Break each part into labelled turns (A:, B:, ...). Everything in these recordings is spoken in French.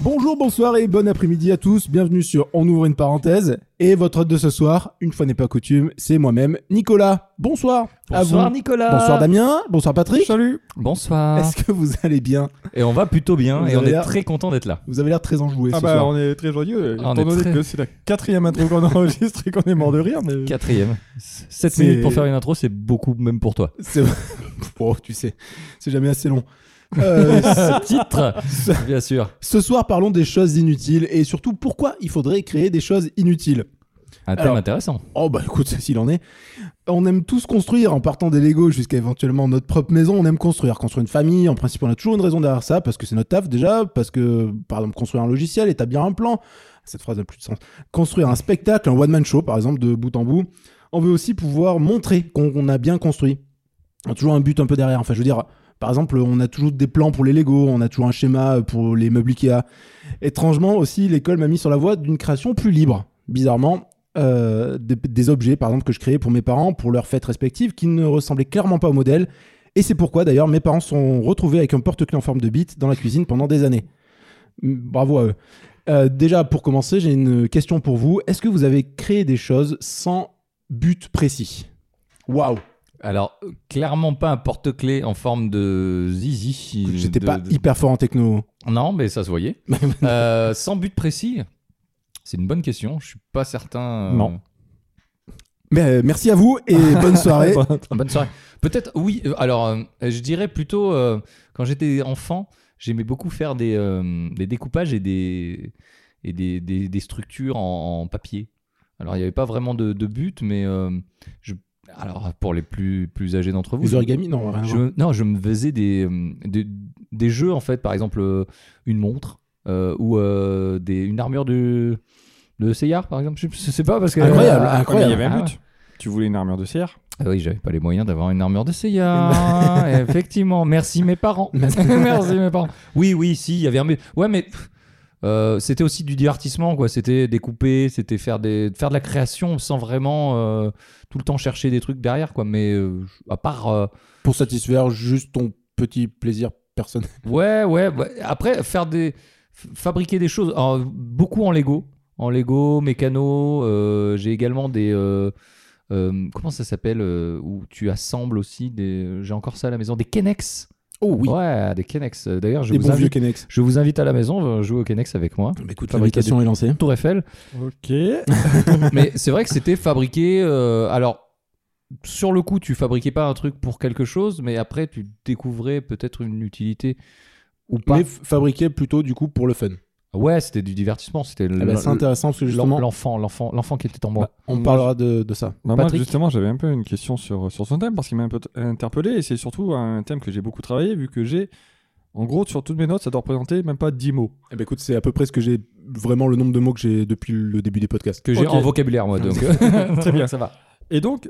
A: Bonjour, bonsoir et bon après-midi à tous. Bienvenue sur On ouvre une parenthèse. Et votre hôte de ce soir, une fois n'est pas coutume, c'est moi-même, Nicolas. Bonsoir. à
B: Bonsoir
A: vous.
B: Nicolas.
A: Bonsoir Damien. Bonsoir Patrick.
B: Salut.
C: Bonsoir.
A: Est-ce que vous allez bien
C: Et on va plutôt bien
A: Vous
C: et on
A: avez
C: est
A: l'air-
C: très content d'être là.
A: Vous avez l'air très enjoué
B: Ah
A: ce
B: bah
A: soir.
B: on est très joyeux,
C: Ah, on
B: étant
C: est
B: donné
C: très-
B: que c'est la quatrième intro qu'on enregistre et qu'on est mort de rire. Mais...
C: Quatrième. 7
A: C'est-
C: minutes pour faire une intro, Euh, c'est beaucoup même pour toi.
A: C'est- oh, tu sais, c'est jamais assez long. Euh,
C: Ce titre, bien sûr.
A: ce soir, parlons des choses inutiles et surtout pourquoi il faudrait créer des choses inutiles.
C: Un thème
A: Alors-
C: intéressant.
A: Oh bah écoute, s'il en est. On aime tous construire, en partant des Lego jusqu'à éventuellement notre propre maison, on aime construire. Construire une famille, en principe on a toujours une raison derrière ça, parce que c'est notre taf déjà, parce que, par exemple, construire un logiciel, établir un plan, cette phrase n'a plus de sens. Construire un spectacle, un one-man show par exemple, de bout en bout. On veut aussi pouvoir montrer qu'on qu'on a bien construit. On a toujours un but un peu derrière, enfin je veux dire... Par exemple, on a toujours des plans pour les Lego, on a toujours un schéma pour les meubles Ikea. Étrangement aussi, l'école m'a mis sur la voie d'une création plus libre. Bizarrement, euh, des, des objets, par exemple, que je créais pour mes parents, pour leurs fêtes respectives, qui ne ressemblaient clairement pas au modèle. Et c'est pourquoi, d'ailleurs, mes parents se sont retrouvés avec un porte-clés en forme de bite dans la cuisine pendant des années. M- Bravo à eux. Euh, déjà, pour commencer, j'ai une question pour vous. Est-ce que vous avez créé des choses sans but précis Waouh
C: Alors, euh, clairement pas un porte-clés en forme de zizi.
A: J'étais
C: de-
A: pas
C: de-
A: hyper fort en techno.
C: Non, mais ça se voyait. Euh, sans but précis C'est une bonne question. Je suis pas certain. euh,
B: Non.
A: Mais euh, merci à vous et bonne
B: Ah
A: soirée.
B: Euh,
C: Bonne soirée. Peut-être, oui. euh, Alors, euh, je dirais plutôt, euh, quand j'étais enfant, j'aimais beaucoup faire des, euh, des découpages et des, et des, des- des structures en, en papier. Alors, il n'y avait pas vraiment de, de but, mais euh, je, alors, pour les plus, plus âgés d'entre vous,
A: Vous hein,
C: je-
A: origami Non, rien. à
C: je,
A: voir.
C: non, je me faisais des, euh, des, des jeux, en fait, par exemple, euh, une montre euh, ou euh, des, une armure de, de Seyard, par exemple. Je ne sais pas, parce que.
A: Incroyable,
C: Ah,
B: Ouais, mais il y
A: incroyable.
B: avait un
C: Ah
B: but. Tu voulais une armure de cire
C: ah oui, j'avais pas les moyens d'avoir une armure de Seiya. Effectivement, merci mes parents. merci mes parents. Oui, oui, si, il y avait un but. Ouais, mais pff, euh, c'était aussi du divertissement, quoi. C'était découper, c'était faire, des... faire de la création sans vraiment euh, tout le temps chercher des trucs derrière, quoi. Mais euh, à part. euh,
A: Pour satisfaire juste ton petit plaisir personnel.
C: Ouais, ouais, ouais. Après, faire des. f- fabriquer des choses. Alors, beaucoup en Lego. En Lego, mécano. euh, J'ai également des. euh, euh, comment ça s'appelle euh, Où tu assembles aussi des. J'ai encore ça à la maison. Des Kenex.
A: Oh oui,
C: Ouais, des Kenex. Euh, D'ailleurs, je,
A: des
C: vous
A: bons vieux
C: invite-
A: Kenex.
C: je vous invite à la maison, euh, jouer au Kenex avec moi.
A: Bah écoute,
C: Fabriquer
A: l'invitation est lancée.
C: Tour Eiffel.
B: Ok.
C: Mais c'est vrai que c'était fabriqué. euh, alors. Sur le coup, tu fabriquais pas un truc pour quelque chose, mais après, tu découvrais peut-être une utilité ou pas.
A: Mais f- fabriqué plutôt du coup pour le fun.
C: Ouais, c'était du divertissement, c'était
A: Ah bah, c'est
C: le-
A: intéressant parce que
C: le-
A: justement,
C: l'enfant, l'enfant, l'enfant qui était en moi.
A: bah, on
B: Moi,
A: parlera de, de ça.
B: Non, moi,
C: Patrick
B: justement, j'avais un peu une question sur, sur son thème parce qu'il m'a un peu t- interpellé et c'est surtout un thème que j'ai beaucoup travaillé vu que j'ai, en gros, sur toutes mes notes, ça doit représenter même pas 10 mots.
A: Eh ben écoute, c'est à peu près ce que j'ai vraiment le nombre de mots que j'ai depuis le début des podcasts.
C: que j'ai
B: Ok.
C: en vocabulaire moi donc.
B: Très bien.
C: ça va.
B: Et donc,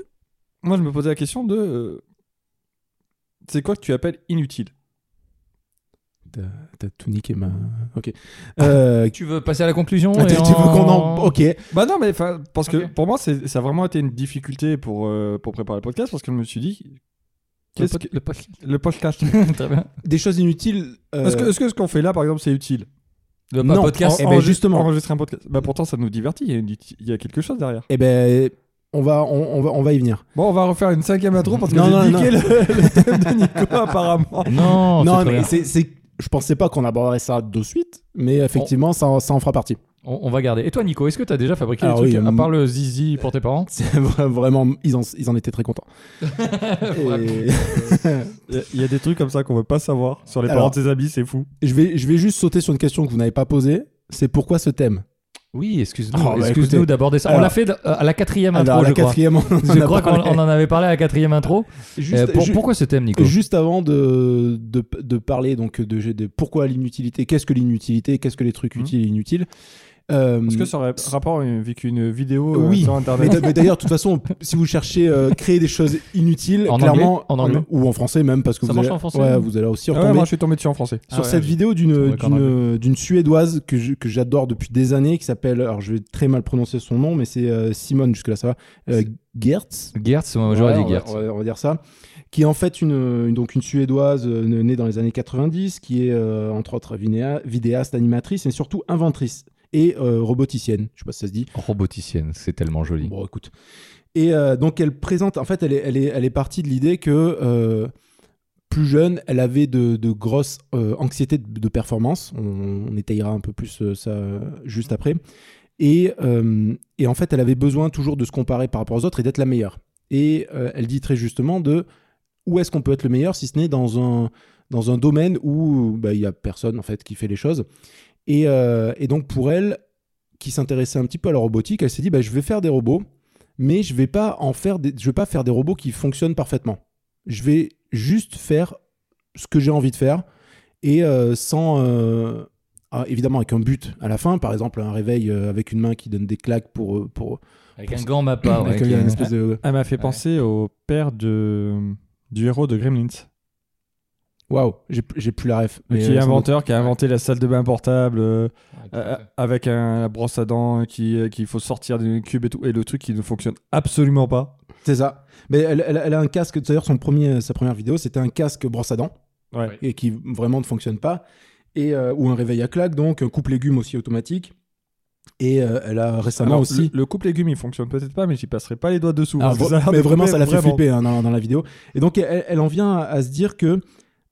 B: moi, je me posais la question de. euh, c'est quoi que tu appelles inutile
A: T'as t'as tout niqué ma. Ok. Euh,
C: Tu veux passer à la conclusion
A: tu,
C: et
A: Ah, tu veux
C: on-
A: qu'on en. Ok.
B: Bah non, mais enfin, parce que
C: Ok.
B: pour moi, c'est- ça a vraiment été une difficulté pour, euh, pour préparer le podcast parce que je me suis dit.
C: Le,
B: Qu'est-ce que
C: pod- le podcast.
B: le podcast
C: Très bien.
A: Des choses inutiles. euh,
B: Est-ce que, est-ce que ce qu'on fait là, par exemple, c'est utile
C: Le
A: Non,
C: podcast.
A: Eh
B: En-
A: ben,
B: enregistre-
A: justement.
B: Enregistrer un podcast. Bah pourtant, ça nous divertit. Il y a, une uti- il y a quelque chose derrière.
A: Eh ben, on va, on, on va, on va y venir.
B: Bon, on va refaire une cinquième intro parce que
A: Non,
B: j'ai
A: non,
B: niqué Le, le thème de Nico, apparemment.
C: Non, Oh, c'est
A: non,
C: très
A: mais
C: bien.
A: c'est, c'est- je pensais pas qu'on aborderait ça de suite, mais effectivement, ça, en- ça en fera partie.
C: On, on va garder. Et toi Nico, est-ce que t'as déjà fabriqué
A: Alors
C: des
A: oui,
C: trucs à
A: euh,
C: part le zizi pour tes parents
A: C'est vra- vraiment, ils en, ils en étaient très contents. Et-
B: Il y a- Il y a des trucs comme ça qu'on veut pas savoir sur les
A: Alors.
B: parents de ses amis, c'est fou.
A: Je vais, je vais juste sauter sur une question que vous n'avez pas posée. C'est pourquoi ce thème
C: Oui, excuse-nous,
A: Oh, bah,
C: excuse-nous
A: écoutez.
C: d'aborder ça. on
A: Alors-
C: l'a fait d- à la quatrième intro,
A: Alors, la
C: je crois.
A: quatrième, on en
C: Je
A: a
C: crois qu'on
A: parlé.
C: on en avait parlé à la quatrième intro.
A: Juste,
C: Euh, pour-
A: ju-
C: Pourquoi ce thème, Nico
A: juste avant de, de,
C: Hmm.
A: de parler donc de, de pourquoi l'inutilité, qu'est-ce que l'inutilité, qu'est-ce que les trucs
B: Mhm.
A: utiles et inutiles, Euh,
B: Est-ce que ça aurait rapport avec une vidéo euh,
A: Oui,
B: sur
A: mais
B: Internet
A: d'a- mais d'ailleurs, de toute façon, si vous cherchez euh, créer des choses inutiles,
C: En
A: clairement,
C: anglais En anglais
A: ou en français même, parce que
C: Ça
A: vous
C: marche
A: allez,
C: en français, hein.
A: ouais,
C: oui.
A: vous allez aussi
B: Ah ouais,
A: retomber
B: moi, je suis tombé dessus en français.
A: sur
C: Ah ouais,
A: cette
C: oui.
A: vidéo
C: Ça
A: d'une
C: aurait quand
A: d'une d'une suédoise que je- que j'adore depuis des années, qui s'appelle, alors je vais très mal prononcer son nom, mais c'est euh, Simone jusque là ça va, euh, Gertz.
C: Gertz, moi, j'aurais
A: Ouais,
C: dit
A: on va-
C: Gertz.
A: On va, on va dire ça. Qui est en fait une, une- donc une Suédoise euh, née dans les années 90, qui est euh, entre autres vinéa- vidéaste, animatrice, mais surtout inventrice et euh, roboticienne. Je sais pas si ça se dit.
C: Roboticienne, c'est tellement joli.
A: Bon, écoute. Et euh, donc, elle présente. En fait, elle est, elle est, elle est partie de l'idée que euh, plus jeune, elle avait de, de grosses euh, anxiétés de, de performance. On, on étayera un peu plus euh, ça euh, juste après. Et, euh, et en fait, elle avait besoin toujours de se comparer par rapport aux autres et d'être la meilleure. Et euh, elle dit très justement de où est-ce qu'on peut être le meilleur si ce n'est dans un, dans un domaine où bah, il y n'y a personne en fait qui fait les choses. Et, euh, et donc pour elle, qui s'intéressait un petit peu à la robotique, elle s'est dit bah, je vais faire des robots, mais je vais pas en faire des, je vais pas faire des robots qui fonctionnent parfaitement. Je vais juste faire ce que j'ai envie de faire et euh, sans euh, ah, évidemment avec un but à la fin, par exemple un réveil euh, avec une main qui donne des claques pour euh, pour
C: Avec un gant mappa. ouais,
A: avec euh,
C: qui
A: une
C: est-
A: espèce de
B: Elle m'a fait
C: Ouais.
B: penser au père de, du héros de Gremlins,
A: waouh, j'ai j'ai plus la ref. Mais,
B: qui
A: euh,
B: est
A: ça doit-
B: inventeur, qui a inventé la salle de bain portable euh,
C: Ouais, tout à
B: euh,
C: fait.
B: avec un, la brosse à dents qui euh, qu'il faut sortir du cube et tout, et le truc qui ne fonctionne absolument pas.
A: C'est ça. Mais elle, elle- elle a un casque. D'ailleurs, son premier, sa première vidéo, c'était un casque brosse à dents
B: Ouais.
C: Oui.
A: et qui vraiment ne fonctionne pas. Et, euh, ou un réveil à claque, donc un coupe légumes aussi automatique. Et euh, elle a récemment
B: Alors,
A: aussi.
B: Le, le coupe légumes, il fonctionne peut-être pas, mais j'y passerai pas les doigts dessous.
A: Ah,
B: parce que
A: vra-
B: ça a l'air
A: mais
B: de
A: vraiment,
B: couper,
A: ça l'a fait
B: vraiment.
A: flipper hein, dans, dans la vidéo. Et donc, elle, elle en vient à, à se dire que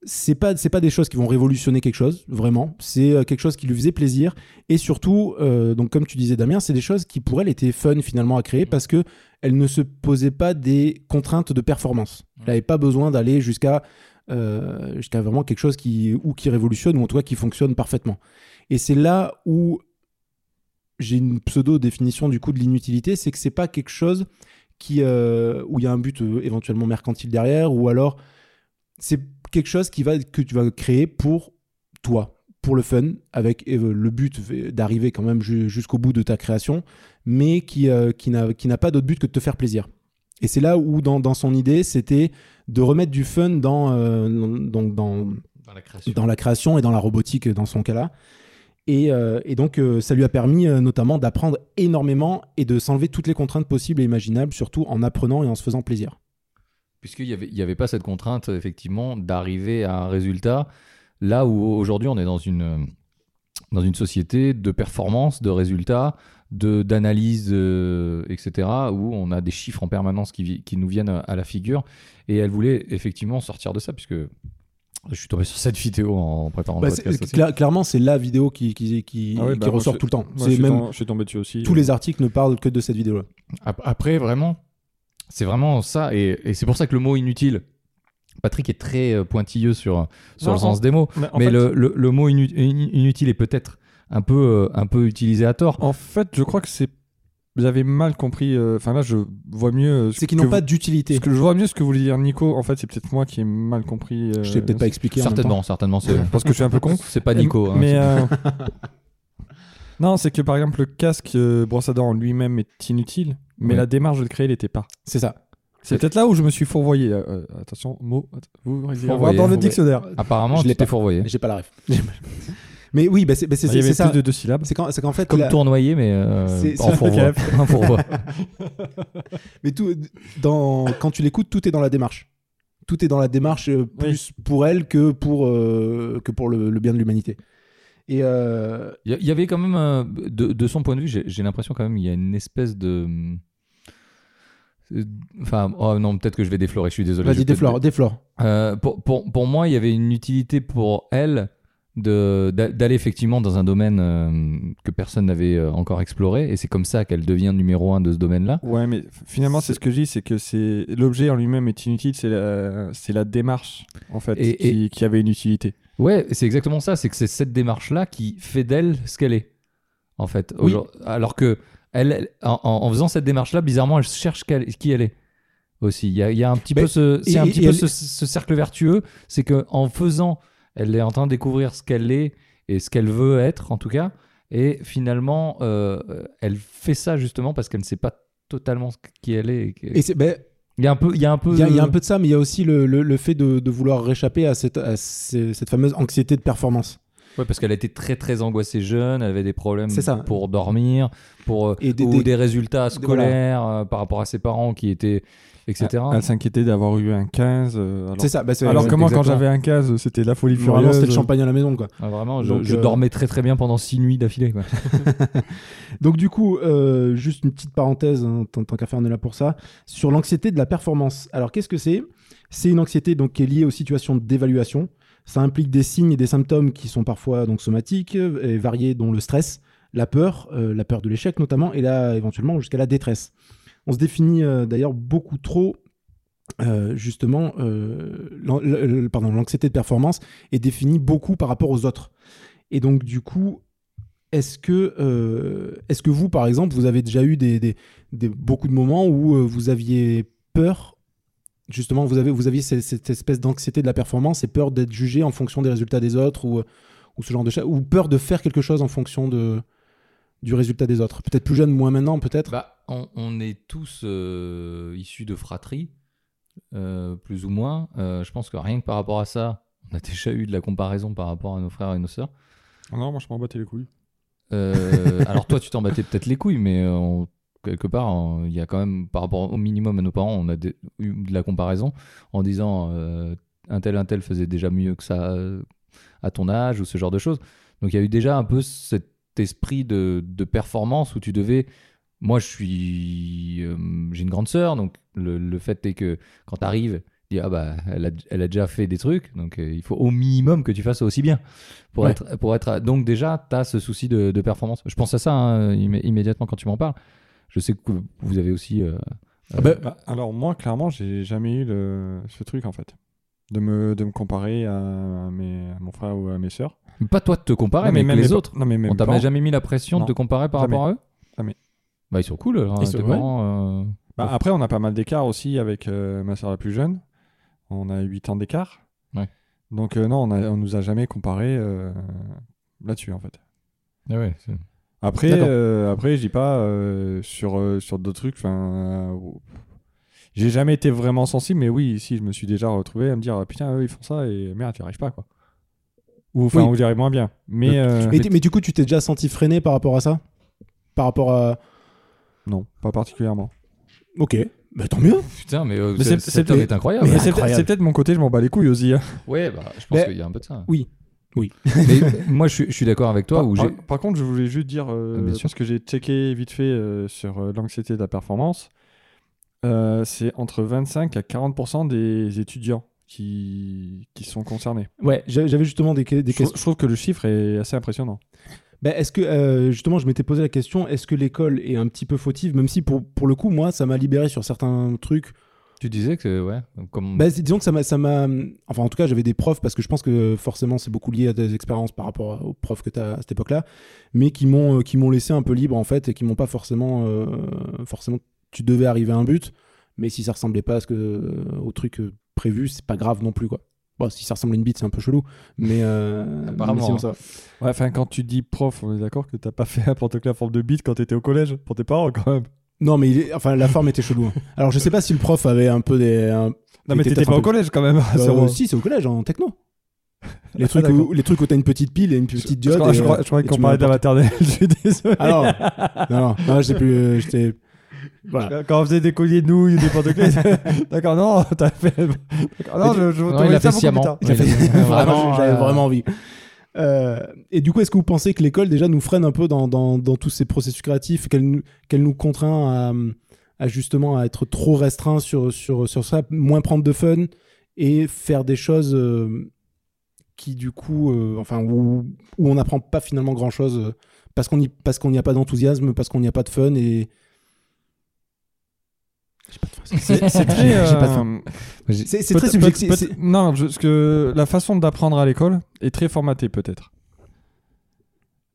A: c'est pas c'est pas des choses qui vont révolutionner quelque chose vraiment c'est euh, quelque chose qui lui faisait plaisir et surtout euh, donc comme tu disais Damien c'est des choses qui pour elle étaient fun finalement à créer parce que elle ne se posait pas des contraintes de performance elle n'avait pas besoin d'aller jusqu'à euh, jusqu'à vraiment quelque chose qui ou qui révolutionne ou en tout cas qui fonctionne parfaitement et c'est là où j'ai une pseudo définition du coup de l'inutilité c'est que c'est pas quelque chose qui euh, où il y a un but euh, éventuellement mercantile derrière ou alors c'est quelque chose qui va que tu vas créer pour toi pour le fun avec euh, le but v- d'arriver quand même ju- jusqu'au bout de ta création mais qui euh, qui n'a qui n'a pas d'autre but que de te faire plaisir et c'est là où dans, dans son idée c'était de remettre du fun dans euh, donc dans
C: Dans la création.
A: dans la création et dans la robotique dans son cas-là. Et, euh, et donc, euh, ça lui a permis euh, notamment d'apprendre énormément et de s'enlever toutes les contraintes possibles et imaginables, surtout en apprenant et en se faisant plaisir.
C: Puisqu'il n'y avait, il y avait pas cette contrainte, effectivement, d'arriver à un résultat là où aujourd'hui on est dans une, dans une société de performance, de résultats, de- d'analyse, euh, etc., où on a des chiffres en permanence qui, vi- qui nous viennent à- à la figure. Et elle voulait effectivement sortir de ça, puisque je suis tombé sur cette vidéo en préparant
A: Bah,
C: le
A: c'est-
C: podcast. aussi.
A: cla- clairement, c'est la vidéo qui, qui, qui,
B: Ah ouais,
A: qui
B: bah, moi,
A: ressort
B: je-
A: tout le temps.
B: Moi, je,
A: C'est
B: suis
A: même
B: tombé- je suis tombé dessus aussi.
A: tous les articles ne parlent que de cette vidéo-là.
C: Ap- Après, vraiment, c'est vraiment ça. Et, et c'est pour ça que le mot inutile, Patrick est très euh, pointilleux sur, sur
B: Non,
C: le
B: en-
C: sens des mots.
B: Mais, en
C: mais
B: fait-
C: le, le- le mot inu- in- inutile est peut-être un peu, euh, un peu utilisé à tort.
B: En fait, je crois que c'est. J'avais mal compris. euh, Enfin, là, je vois mieux. euh, ce
A: C'est qu'ils
B: que
A: n'ont pas
B: vous-
A: d'utilité.
B: ce que je vois mieux ce que voulait dire Nico. En fait, c'est peut-être moi qui ai mal compris. euh,
A: Je t'ai peut-être pas expliqué. en même temps.
C: Certainement, certainement. C'est
B: Parce que je suis un peu con.
C: c'est pas Nico. hein.
B: Mais. euh, non, c'est que par exemple, le casque euh, brosse à dents en lui-même est inutile, mais
C: Ouais.
B: la démarche de le créer l'était pas.
A: C'est ça.
B: C'est peut-être là où je me suis fourvoyé. euh, euh, attention, mot. att- Vous auriez à voir
C: Fourvoyé,
B: dans le
C: fourvoyé.
B: dictionnaire.
C: Apparemment,
A: Je
C: je
A: l'ai
C: t'ai
A: pas.
C: fourvoyé.
A: Mais j'ai pas la ref. mais oui, bah, c'est bah, c'est-
B: Il y
A: c'est
B: avait
A: ça.
B: plus de deux syllabes.
A: C'est quand- c'est qu'en fait,
C: Comme
A: la-
C: tournoyer, mais euh,
A: C'est-
C: en
A: c'est-
C: fourvoie. En fourvoie.
A: Mais tout, dans, quand tu l'écoutes, tout est dans la démarche. Tout est dans la démarche euh, plus pour elle que pour, euh, que pour le, le bien de l'humanité. Et euh,
C: Il y, a- il y avait quand même, euh, de, de son point de vue, j'ai j'ai l'impression quand même, il y a une espèce de. euh, Enfin, oh non, peut-être que je vais déflorer, je suis désolé. je
A: vas-y,
C: vais peut-être
A: déflore, déflore.
C: Euh, pour, pour, pour moi, il y avait une utilité pour elle de- d'a- d'aller effectivement dans un domaine euh, que personne n'avait euh, encore exploré, et c'est comme ça qu'elle devient numéro un de ce domaine-là.
B: Ouais, mais f- finalement, c'est ce que je dis, c'est que c'est l'objet en lui-même est inutile, c'est la, c'est la démarche en fait
C: Et-
B: qui, qui avait une utilité.
C: Ouais, c'est exactement ça, c'est que c'est cette démarche-là qui fait d'elle ce qu'elle est, en fait.
A: Oui.
C: Aujourd- Alors que elle, elle- en, en- en faisant cette démarche-là, bizarrement, elle cherche qu'elle- qui elle est aussi. Il y a, il y a un petit
A: Mais-
C: peu ce, c'est
A: et-
C: un
A: et-
C: petit
A: et
C: peu
A: elle-
C: ce, ce cercle vertueux, c'est que en faisant, elle est en train de découvrir ce qu'elle est et ce qu'elle veut être, en tout cas. Et finalement, euh, elle fait ça justement parce qu'elle ne sait pas totalement ce qui elle est. et que-
A: Et c'est, ben,
C: Il y a un peu, il y a un peu,
A: Il y, a- il y a un
C: de-
A: peu de ça, mais il y a aussi le, le- le fait de, de vouloir réchapper à cette, à ce- cette fameuse anxiété de performance.
C: Ouais, parce qu'elle était très très angoissée jeune, elle avait des problèmes
A: C'est ça.
C: pour dormir, pour euh,
A: Et des-
C: ou
A: des-
C: des, résultats
A: des- voilà.
C: scolaires euh, par rapport à ses parents qui étaient, etc.
A: Ah,
B: Elle s'inquiétait d'avoir eu un 15. euh, alors
A: C'est ça. bah, c'est-
B: alors
A: c'est-
B: que moi, quand
A: exactement.
B: j'avais un 15, c'était la folie
A: Vraiment,
B: furieuse.
A: c'était le champagne à la maison, quoi.
C: Ah, vraiment, je,
A: Donc,
C: je
A: euh,
C: dormais très très bien pendant six nuits d'affilée. quoi.
A: Donc du coup, euh, juste une petite parenthèse, hein, tant, tant qu'à faire, on est là pour ça, sur l'anxiété de la performance. Alors qu'est-ce que c'est C'est une anxiété donc, qui est liée aux situations d'évaluation. Ça implique des signes et des symptômes qui sont parfois donc, somatiques euh, et variés, dont le stress, la peur, euh, la peur de l'échec notamment, et là, éventuellement, jusqu'à la détresse. On se définit euh, d'ailleurs beaucoup trop... euh, justement, euh, l'an- le- le- pardon, l'anxiété de performance est définie beaucoup par rapport aux autres. Et donc, du coup, est-ce que, euh, est-ce que vous, par exemple, vous avez déjà eu des, des- des- beaucoup de moments où euh, vous aviez peur Justement, vous, avez, vous aviez ce- cette, espèce d'anxiété de la performance et peur d'être jugé en fonction des résultats des autres ou, ou ce genre de choses, ou peur de faire quelque chose en fonction de, du résultat des autres. Peut-être plus jeune, moins maintenant, peut-être.
C: Bah, on, on est tous euh, issus de fratries, euh, plus ou moins. Euh, je pense que rien que par rapport à ça, on a déjà eu de la comparaison par rapport à nos frères et nos sœurs.
B: Ah Non, moi, je m'en battais les couilles.
C: Euh, alors toi, tu t'en battais peut-être les couilles, mais euh, on- quelque part, on- il y a quand même, par rapport au minimum à nos parents, on a des- eu de la comparaison en disant euh, un tel, un tel faisait déjà mieux que ça euh, à ton âge ou ce genre de choses. Donc il y a eu déjà un peu cet esprit de, de performance où tu devais... Moi, je suis, euh, j'ai une grande sœur, donc le, le fait est que quand t'arrives, tu dis ah bah elle a, elle a déjà fait des trucs, donc euh, il faut au minimum que tu fasses aussi bien pour
A: Ouais.
C: être pour être. Donc déjà, t'as ce souci de, de performance. Je pense à ça hein, immé- immédiatement quand tu m'en parles. Je sais que vous avez aussi. euh, euh,
A: bah,
B: Bah, alors moi, clairement, j'ai jamais eu le- ce truc en fait, de me, de me comparer à, mes, à mon frère ou à mes sœurs.
C: euh, Pas toi de te comparer,
B: Non,
C: mais, que
B: même
C: les
B: mes pa-
C: autres.
B: Non mais même
C: On t'a
B: pas.
C: jamais mis la pression
B: Non.
C: de te comparer par
B: Jamais.
C: rapport à eux.
B: Jamais.
C: Bah ils sont cool. alors,
A: Ils
C: tes
A: sont- ouais.
C: parents, euh,
B: Bah, après, on a pas mal d'écarts aussi avec euh, ma sœur la plus jeune. On a 8 ans d'écart.
C: Ouais.
B: Donc euh, non, on, a- on nous a jamais comparé euh, là-dessus en fait.
C: euh.
B: Après,
A: D'accord.
B: euh, après, je dis pas euh, sur euh, sur d'autres trucs. Enfin, euh, j'ai jamais été vraiment sensible, mais oui, si je me suis déjà retrouvé à me dire ah, putain, eux ils font ça et merde, j'y arrive pas quoi. Ou enfin,
A: Oui.
B: on dirait moins bien. Mais euh,
A: mais, t- mais du coup, tu t'es déjà senti freiné par rapport à ça Par rapport à.
B: non, pas particulièrement.
A: Ok, bah, tant mieux.
C: Putain, mais, euh,
B: Mais
C: c'est-
B: c'est- c'est-
C: cet homme
A: mais-
C: est Ah incroyable.
A: mais
B: Mais c'est peut-être
A: incroyable.
B: c'est peut-être mon côté, je m'en bats les couilles aussi. hein.
C: Ouais, bah je pense
A: Mais-
C: qu'il y a un peu de ça.
A: Oui. Oui.
C: mais moi, je suis, je suis d'accord avec toi.
B: par,
C: où
B: par-
C: j'ai-
B: par contre, je voulais juste dire, euh,
C: Ah, bien sûr.
B: parce que j'ai checké vite fait euh, sur euh, l'anxiété de la performance, euh, c'est entre 25 à 40% des étudiants qui, qui sont concernés.
A: Ouais, j'a- j'avais justement des, que- des
B: Je trouve-
A: questions.
B: je trouve que le chiffre est assez impressionnant.
A: Ben, est-ce que euh, justement, je m'étais posé la question, est-ce que l'école est un petit peu fautive, même si pour, pour le coup, moi, ça m'a libéré sur certains trucs.
C: Tu disais que ouais, comme
A: Ben, c'est- disons que ça m'a, ça m'a, enfin, en tout cas, j'avais des profs parce que je pense que forcément, c'est beaucoup lié à tes expériences par rapport aux profs que tu as à cette époque-là, mais qui m'ont, euh, qui m'ont laissé un peu libre en fait et qui m'ont pas forcément, euh, forcément, tu devais arriver à un but, mais si ça ressemblait pas à ce que euh, au truc euh, prévu, c'est pas grave non plus quoi. Bon, si ça ressemble à une bite, c'est un peu chelou, mais, euh,
C: Apparemment,
A: mais
B: hein.
A: sinon, ça va.
B: Ouais, enfin, quand tu dis prof, on est d'accord que t'as pas fait n'importe quelle forme de bite quand t'étais au collège, pour tes parents quand même.
A: Non, mais il est- enfin, la forme était chelou. hein. Alors, je sais pas si le prof avait un peu des, un-
B: Non, mais
A: T'étais
B: t'étais
A: peut-être
B: pas
A: un
B: au
A: peu-
B: collège quand même.
A: Euh,
B: c'est vrai.
A: si, c'est au collège, en techno. Les
B: Bah, Ah,
A: trucs,
B: d'accord.
A: où, les trucs où t'as une petite pile et une petite
B: je,
A: diode.
B: crois-
A: et,
B: je crois- je
A: euh,
B: croyais
A: et
B: qu'on
A: tu
B: parlait
A: mets
B: de la maternelle, je suis désolé.
A: Ah non, non, non, non, j'ai plus. euh, j'étais- Voilà.
B: Quand on faisait des colliers de nouilles ou des pantoucles, d'accord, non, t'as fait. D'accord, non,
A: Mais tu-
B: je, je
C: Non,
B: t'aurais
C: il a
B: dit
C: fait
B: ça beaucoup plus
C: sciemment.
B: tard.
C: Ouais, il a fait-
A: Vraiment, j'avais
C: euh,
A: vraiment envie. Euh, et du coup, est-ce que vous pensez que l'école déjà nous freine un peu dans, dans, dans tous ces processus créatifs, qu'elle nous, qu'elle nous contraint à, à justement à être trop restreint sur, sur, sur ça, moins prendre de fun et faire des choses euh, qui du coup, euh, enfin, où, où on n'apprend pas finalement grand-chose euh, parce qu'on y- parce qu'on n'y a pas d'enthousiasme, parce qu'on n'y a pas de fun et... J'ai pas de fun.
B: C'est c'est très.
A: J'ai pas de fun.
B: euh,
A: C'est c'est très
B: peut- peut-
A: subjectif.
B: peut-
A: c'est-
B: Non, je- parce que la façon d'apprendre à l'école est très formatée peut-être.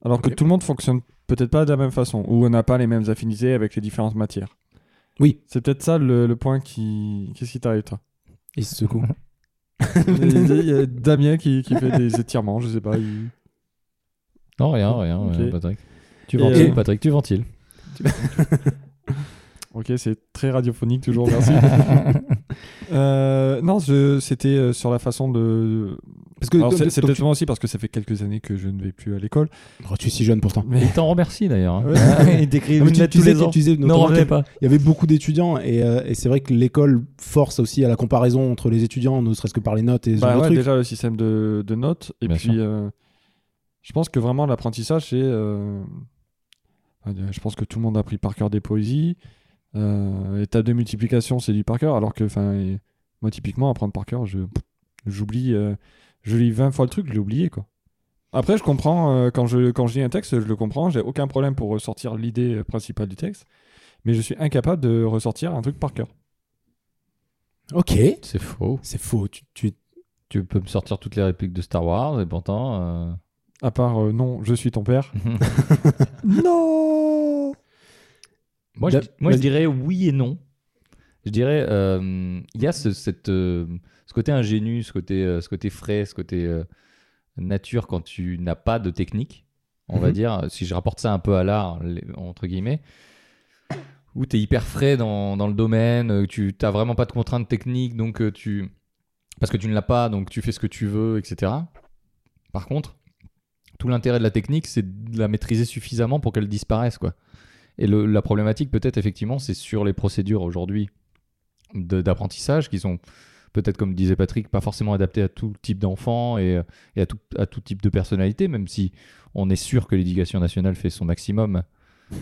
B: Alors que
A: Ok.
B: tout le monde fonctionne peut-être pas de la même façon, ou on n'a pas les mêmes affinités avec les différentes matières.
A: Oui.
B: C'est peut-être ça le, le point qui. Qu'est-ce qui t'arrive toi
A: Il se secoue.
B: Il y a Damien qui, qui fait des étirements, je sais pas. il-
C: Non, rien, rien,
B: Ok.
C: euh, Patrick. Tu
B: Et,
C: ventiles,
B: euh,
C: Patrick, tu ventiles.
B: Ok, c'est très radiophonique toujours, merci. Euh, non, je- c'était euh, sur la façon de.
A: Parce que
B: Alors,
A: donc-
B: c'est c'est
A: donc
B: peut-être moi aussi parce que ça fait quelques années que je ne vais plus à l'école.
A: tu... Oh, tu es si jeune pourtant.
B: Mais
C: Il t'en remercie d'ailleurs. hein.
B: Ouais.
C: Il t'écrit
A: Non,
C: une
A: mais tu,
C: lettre
A: tu
C: tous
A: sais
C: les
A: que-
C: ans.
A: tu sais
C: Non,
A: notamment
C: revenez
A: qu'il
C: pas.
A: y avait beaucoup d'étudiants et, euh, et c'est vrai que l'école force aussi à la comparaison entre les étudiants, ne serait-ce que par les notes et ce
B: Bah
A: genre
B: ouais,
A: de trucs.
B: déjà le système de, de notes. Et
C: Bien
B: puis, euh, je pense que vraiment l'apprentissage, c'est. euh, je pense que tout le monde a pris par cœur des poésies. Euh, et table de multiplication, c'est du par cœur. Alors que, enfin, et- moi, typiquement, apprendre par cœur, je, j'oublie. euh, je lis 20 fois le truc, je l'ai oublié, quoi. Après, je comprends, euh, quand, je, quand je lis un texte, je le comprends, j'ai aucun problème pour ressortir l'idée euh, principale du texte, mais je suis incapable de ressortir un truc par cœur.
A: Ok,
C: C'est faux.
A: c'est faux. Tu, tu-
B: Bah
C: Tu peux me sortir toutes les répliques de Star Wars et pourtant. euh,
B: À part, euh, non, je suis ton père. non
C: Moi, je,
A: Da-
C: di- moi, je
A: vas-y.
C: dirais oui et non. Je dirais, euh, il y a ce, cette, euh, ce côté ingénu, ce côté, euh, ce côté frais, ce côté euh, nature quand tu n'as pas de technique, on va
A: Mhm.
C: dire, si je rapporte ça un peu à l'art, les- entre guillemets, où tu es hyper frais dans, dans le domaine, euh, tu n'as vraiment pas de contraintes techniques, donc euh, tu. Parce que tu ne l'as pas, donc tu fais ce que tu veux, etc. Par contre, tout l'intérêt de la technique, c'est de la maîtriser suffisamment pour qu'elle disparaisse, quoi. Et le- la problématique, peut-être, effectivement, c'est sur les procédures aujourd'hui de- d'apprentissage qui sont, peut-être, comme disait Patrick, pas forcément adaptées à tout type d'enfant et, euh, et à, tout, à tout type de personnalité, même si on est sûr que l'éducation nationale fait son maximum.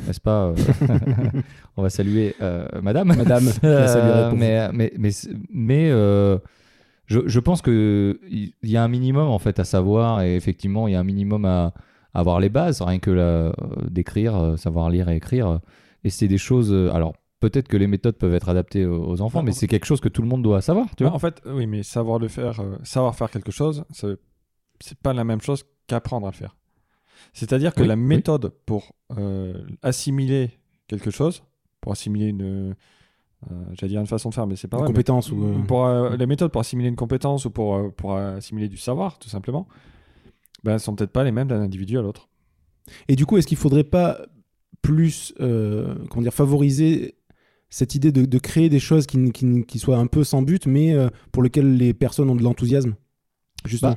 C: N'est-ce pas euh, On va saluer euh, Madame.
A: Madame, je la saluerai
C: Euh,
A: pour
C: mais, mais, mais, mais, euh, je, je pense que il il y a un minimum en fait à savoir et effectivement il y a un minimum à, à avoir les bases, rien que la- euh, d'écrire, euh, savoir lire et écrire. Et c'est des choses. euh, Alors peut-être que les méthodes peuvent être adaptées aux, aux enfants,
B: Bah,
C: mais
B: en-
C: c'est quelque chose que tout le monde doit savoir, tu
B: Bah,
C: vois.
B: en fait, oui, mais savoir le faire, euh, savoir faire quelque chose, ça- c'est pas la même chose qu'apprendre à le faire. C'est-à-dire que
C: Oui,
B: la
C: oui.
B: méthode pour euh, assimiler quelque chose, pour assimiler une, euh, j'allais dire une façon de faire, mais c'est pas
A: Des
B: vrai, mais-
A: compétences ou. euh,
B: pour euh, les méthodes pour assimiler une compétence ou pour, euh, pour assimiler du savoir, tout simplement, ben, sont peut-être pas les mêmes d'un individu à l'autre.
A: Et du coup, est-ce qu'il faudrait pas plus euh, comment dire, favoriser cette idée de, de créer des choses qui, n- qui, n- qui soient un peu sans but, mais euh, pour lesquelles les personnes ont de l'enthousiasme Justement.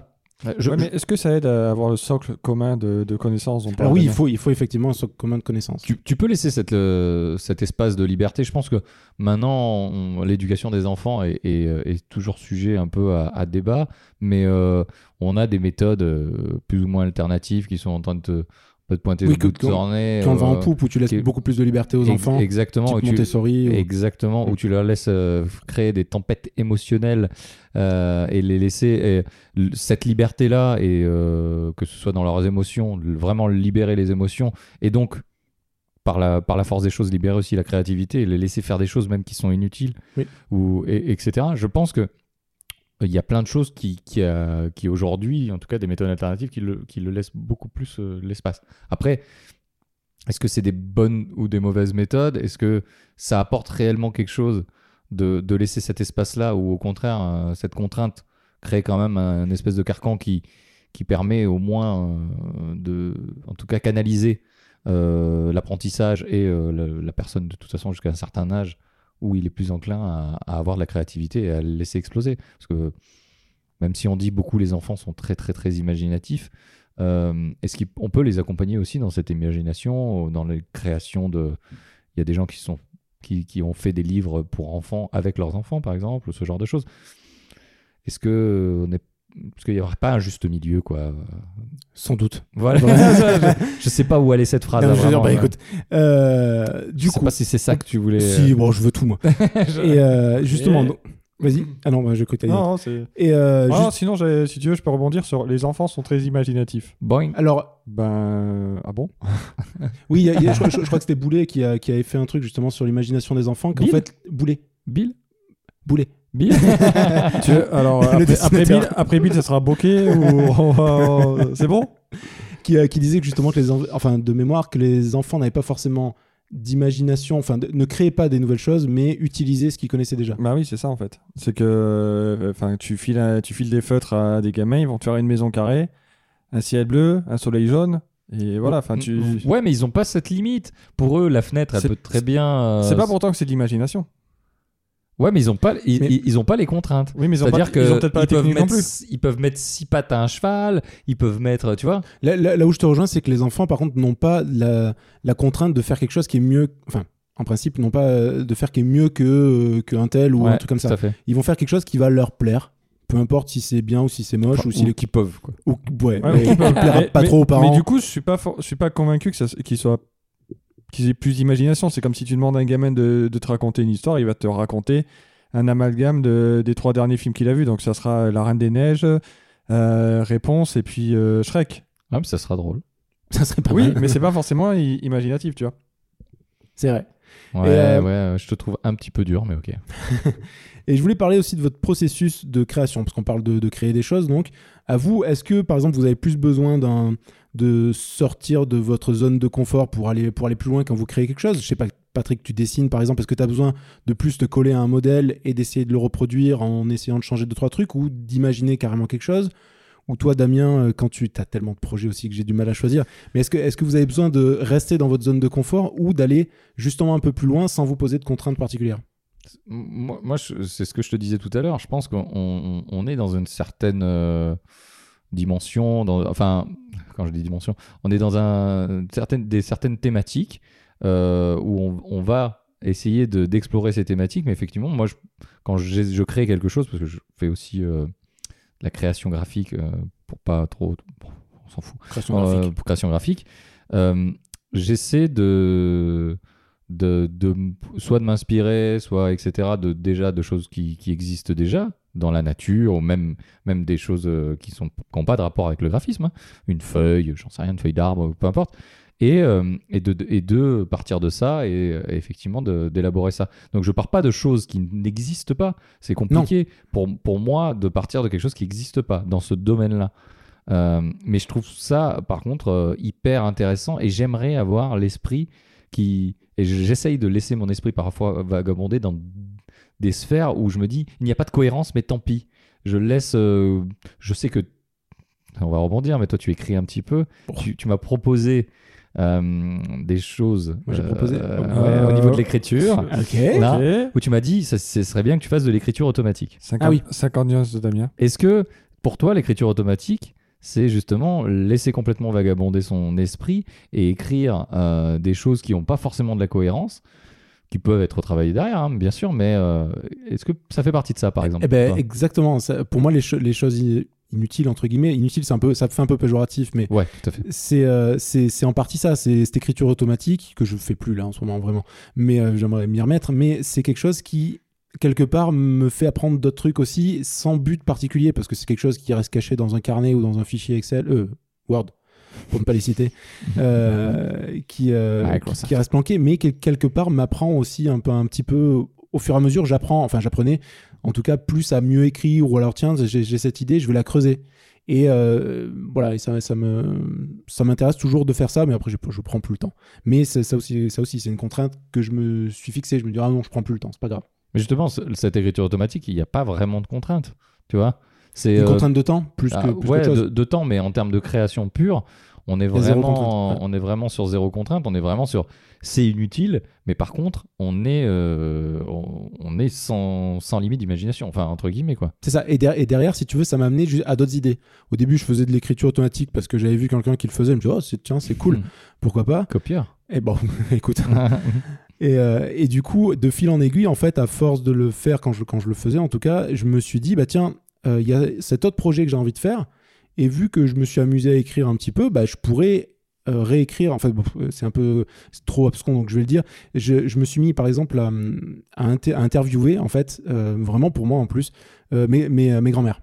C: Bah, Je-
B: Ouais, mais est-ce que ça aide à avoir le socle commun de, de connaissances dont
A: Alors
B: parle
A: oui, il
B: Damien
A: faut, il faut effectivement un socle commun de connaissances.
C: Tu, tu peux laisser cette, euh, cet espace de liberté. Je pense que maintenant, on- l'éducation des enfants est, est, euh, est toujours sujet un peu à, à débat, mais euh, on a des méthodes euh, plus ou moins alternatives qui sont en train de te, un peu de pointer
A: Oui,
C: le
A: que-
C: bout de
A: qu'on-
C: tournée.
A: Quand on va en poupe, où tu laisses
B: euh,
C: qui est-
A: beaucoup plus de liberté aux enfants,
C: Exactement.
A: type
C: où tu-
A: Montessori. ou-
C: Exactement, où tu leur laisses euh, créer des tempêtes émotionnelles euh, et les laisser et l- cette liberté-là, et euh, que ce soit dans leurs émotions, l- vraiment libérer les émotions, et donc par la, par la force des choses, libérer aussi la créativité, et les laisser faire des choses même qui sont inutiles,
A: Oui.
C: ou, et- etc. Je pense que il y a plein de choses qui, qui, euh, qui aujourd'hui, en tout cas des méthodes alternatives, qui le, qui le laissent beaucoup plus euh, l'espace. Après, est-ce que c'est des bonnes ou des mauvaises méthodes Est-ce que ça apporte réellement quelque chose de, de laisser cet espace-là ou au contraire, euh, cette contrainte crée quand même un, une espèce de carcan qui, qui permet au moins euh, de, en tout cas, canaliser euh, l'apprentissage et euh, la, la personne de toute façon jusqu'à un certain âge où il est plus enclin à, à avoir de la créativité et à le laisser exploser. Parce que même si on dit beaucoup les enfants sont très très très imaginatifs, euh, est-ce qu'on peut les accompagner aussi dans cette imagination, euh, dans les créations de... Il y a des gens qui sont qui, qui ont fait des livres pour enfants avec leurs enfants, par exemple, ou ce genre de choses. Est-ce que euh, on est parce qu'il n'y aura pas un juste milieu, quoi. euh,
A: Sans doute.
C: Voilà. je sais pas où aller cette phrase.
A: Non,
C: là,
A: je veux dire,
C: vraiment,
A: bah,
C: là.
A: écoute, euh,
C: je
A: du
C: sais
A: coup,
C: pas si c'est ça que tu euh, voulais.
A: si, bon, je veux tout moi. Et euh, justement,
B: Et-
A: donc- vas-y. Ah non, bah, je crois que t'as dit.
B: Non, non, c'est...
A: Et euh,
C: Oh. Bah,
B: Ah,
A: juste-
B: sinon, j'ai- si tu veux, je peux rebondir sur les enfants sont très imaginatifs.
C: Boing.
A: alors,
B: Ben, ah bon
A: Oui, il y a- il y a- je, crois- je- je crois que c'était Boulet qui, a- qui avait fait un truc justement sur l'imagination des enfants. Qu'en
C: Bill
A: fait, Boulet,
C: Bill.
A: Boulet.
C: Bill.
B: Tu veux- alors, euh, après,
A: dessinateur.
B: après Bill, après Bill, ça sera bokeh ou on va- c'est bon
A: Qui, euh, qui disait que justement que les, en- enfin de mémoire que les enfants n'avaient pas forcément d'imagination, enfin de- ne créaient pas des nouvelles choses, mais utilisaient ce qu'ils connaissaient déjà.
B: Bah oui, c'est ça en fait. C'est que euh, enfin tu files à- tu files des feutres à des gamins, ils vont te faire une maison carrée, un ciel bleu, un soleil jaune, Et voilà, enfin, tu.
C: Ouais, mais ils ont pas cette limite. Pour eux, la fenêtre, elle
B: C'est-
C: peut très bien. euh,
B: C'est pas pourtant que c'est de l'imagination.
C: Ouais, mais ils ont pas, ils,
B: Mais-
C: ils- ils ont pas les contraintes.
B: Oui, mais ils ont, pas,
C: C'est-à-dire que
B: ils ont peut-être pas la
C: ils peuvent
B: technique non
C: mettre,
B: plus.
C: ils peuvent mettre six pattes à un cheval. Ils peuvent mettre, tu vois.
A: Là, là- là où je te rejoins, c'est que les enfants, par contre, n'ont pas la, la contrainte de faire quelque chose qui est mieux. Enfin, en principe, n'ont pas euh, de faire qui est mieux que euh, qu'un tel ou
C: Ouais,
A: un truc comme
C: tout
A: ça.
C: à fait.
A: Ils vont faire quelque chose qui va leur plaire. Peu importe si c'est bien ou si c'est moche
C: Enfin,
A: ou si les
C: qu'ils peuvent. quoi.
A: ou, ouais,
B: Ouais,
A: mais
B: ouais.
A: qui plaira
B: Mais-
A: pas
B: mais-
A: trop aux parents.
B: Mais du coup, je suis pas, for- je suis pas convaincu que ça, qu'il soit qu'ils aient plus d'imagination. C'est comme si tu demandes à un gamin de, de te raconter une histoire, il va te raconter un amalgame de, des trois derniers films qu'il a vus. Donc ça sera La Reine des Neiges, euh, Réponse et puis euh, Shrek.
C: Ah, mais ça sera drôle.
A: ça serait pas
B: oui,
A: mal.
B: mais c'est pas forcément i- imaginatif, tu vois.
A: C'est vrai.
C: Ouais,
A: euh,
C: ouais, euh, je te trouve un petit peu dur, mais ok.
A: Et je voulais parler aussi de votre processus de création, parce qu'on parle de, de créer des choses. Donc, à vous, est-ce que, par exemple, vous avez plus besoin d'un de sortir de votre zone de confort pour aller, pour aller plus loin quand vous créez quelque chose Je sais pas, Patrick, tu dessines, par exemple, est-ce que tu as besoin de plus te coller à un modèle et d'essayer de le reproduire en essayant de changer deux, trois trucs ou d'imaginer carrément quelque chose ou toi, Damien, euh, quand tu as tellement de projets aussi que j'ai du mal à choisir, mais est-ce que, est que vous avez besoin de rester dans votre zone de confort ou d'aller justement un peu plus loin sans vous poser de contraintes particulières
C: Moi, moi, je- c'est ce que je te disais tout à l'heure. Je pense qu'on on- on est dans une certaine euh, dimension. dans- enfin, quand je dis dimension, on est dans un, certaines, des certaines thématiques euh, où on, on va essayer de- d'explorer ces thématiques. Mais effectivement, moi, je- quand j'ai- je crée quelque chose, parce que je fais aussi euh, de la création graphique euh, pour pas trop. bon, on s'en fout.
A: Création
C: euh,
A: graphique.
C: pour création graphique. Euh, J'essaie de, de, de m- soit de m'inspirer, soit etc. de déjà de choses qui, qui existent déjà dans la nature ou même même des choses euh, qui sont qui n'ont pas de rapport avec le graphisme, hein. une feuille, j'en sais rien, une feuille d'arbre, peu importe. Et, euh, et, de, de- et de partir de ça et, euh, effectivement de- d'élaborer ça. Donc je pars pas de choses qui n'existent pas. C'est compliqué pour, pour moi de partir de quelque chose qui n'existe pas dans ce domaine-là. Euh, mais je trouve ça, par contre, euh, hyper intéressant et j'aimerais avoir l'esprit qui. Et je- j'essaye de laisser mon esprit parfois vagabonder dans des sphères où je me dis, il n'y a pas de cohérence, mais tant pis. Je laisse. euh, je sais que. On va rebondir, mais toi, tu écris un petit peu.
A: Oh.
C: Tu, tu m'as proposé. euh, des choses euh,
A: Moi, j'ai proposé- Euh,
C: ouais, au niveau de l'écriture
A: Ok.
C: Là,
B: Ok.
C: où tu m'as dit ça, ce serait bien que tu fasses de l'écriture automatique
B: 50,
A: Ah oui.
B: 50 nuances de Damien.
C: est-ce que pour toi, l'écriture automatique, c'est justement laisser complètement vagabonder son esprit et écrire euh, des choses qui n'ont pas forcément de la cohérence, qui peuvent être retravaillées derrière, hein, bien sûr, mais euh, est-ce que ça fait partie de ça, par exemple
A: Eh ben,
C: pour toi
A: exactement. Ça- pour moi, les, cho- les choses in- inutiles, entre guillemets, inutiles, c'est un peu, ça fait un peu péjoratif, mais
C: Ouais, tout à fait.
A: c'est euh, c'est c'est en partie ça. C'est cette écriture automatique que je fais plus là en ce moment, vraiment. Mais euh, j'aimerais m'y remettre. Mais c'est quelque chose qui, quelque part, me fait apprendre d'autres trucs aussi, sans but particulier, parce que c'est quelque chose qui reste caché dans un carnet ou dans un fichier Excel, euh, Word, pour ne pas les citer, euh, qui, euh,
C: Microsoft.
A: qui reste planqué, mais qui, quelque part m'apprend aussi un peu, un petit peu. Au fur et à mesure, j'apprends, enfin j'apprenais, en tout cas, plus à mieux écrire ou alors tiens, j'ai j'ai cette idée, je vais la creuser. Et euh, voilà, et ça, ça me, ça m'intéresse toujours de faire ça, mais après je, je prends plus le temps. Mais c'est- ça aussi, ça aussi, c'est une contrainte que je me suis fixée. Je me dis ah non, je prends plus le temps, c'est pas grave.
C: Mais justement, ce- cette écriture automatique, il n'y a pas vraiment de contrainte, tu vois C'est
A: Une
C: euh,
A: contrainte de temps plus que
C: ah,
A: plus
C: ouais,
A: qu'autre chose.
C: de, de temps, mais en termes de création pure, on
A: y
C: est
A: a zéro
C: vraiment,
A: contrainte,
C: on est vraiment sur zéro contrainte. On est vraiment sur c'est inutile, mais par contre, on est, euh, on, on est sans, sans limite d'imagination, enfin entre guillemets quoi.
A: C'est ça. Et, der- et derrière, si tu veux, ça m'a amené ju- à d'autres idées. Au début, je faisais de l'écriture automatique parce que j'avais vu quelqu'un qui le faisait. Je me dis oh c'est- tiens, c'est cool,
C: Hmm.
A: pourquoi pas
C: Copieur.
A: Et bon, écoute.
C: ouais,
A: Et, euh, et du coup, de fil en aiguille, en fait, à force de le faire quand je, quand je le faisais, en tout cas, je me suis dit, bah tiens, euh, il y a cet autre projet que j'ai envie de faire. Et vu que je me suis amusé à écrire un petit peu, bah, je pourrais euh, réécrire. En fait, bon, euh, c'est un peu c'est trop abscon, donc je vais le dire. Je, je me suis mis, par exemple, à, hum, à inter- à interviewer, en fait, euh, vraiment pour moi en plus, euh, mes, mes, mes grands-mères.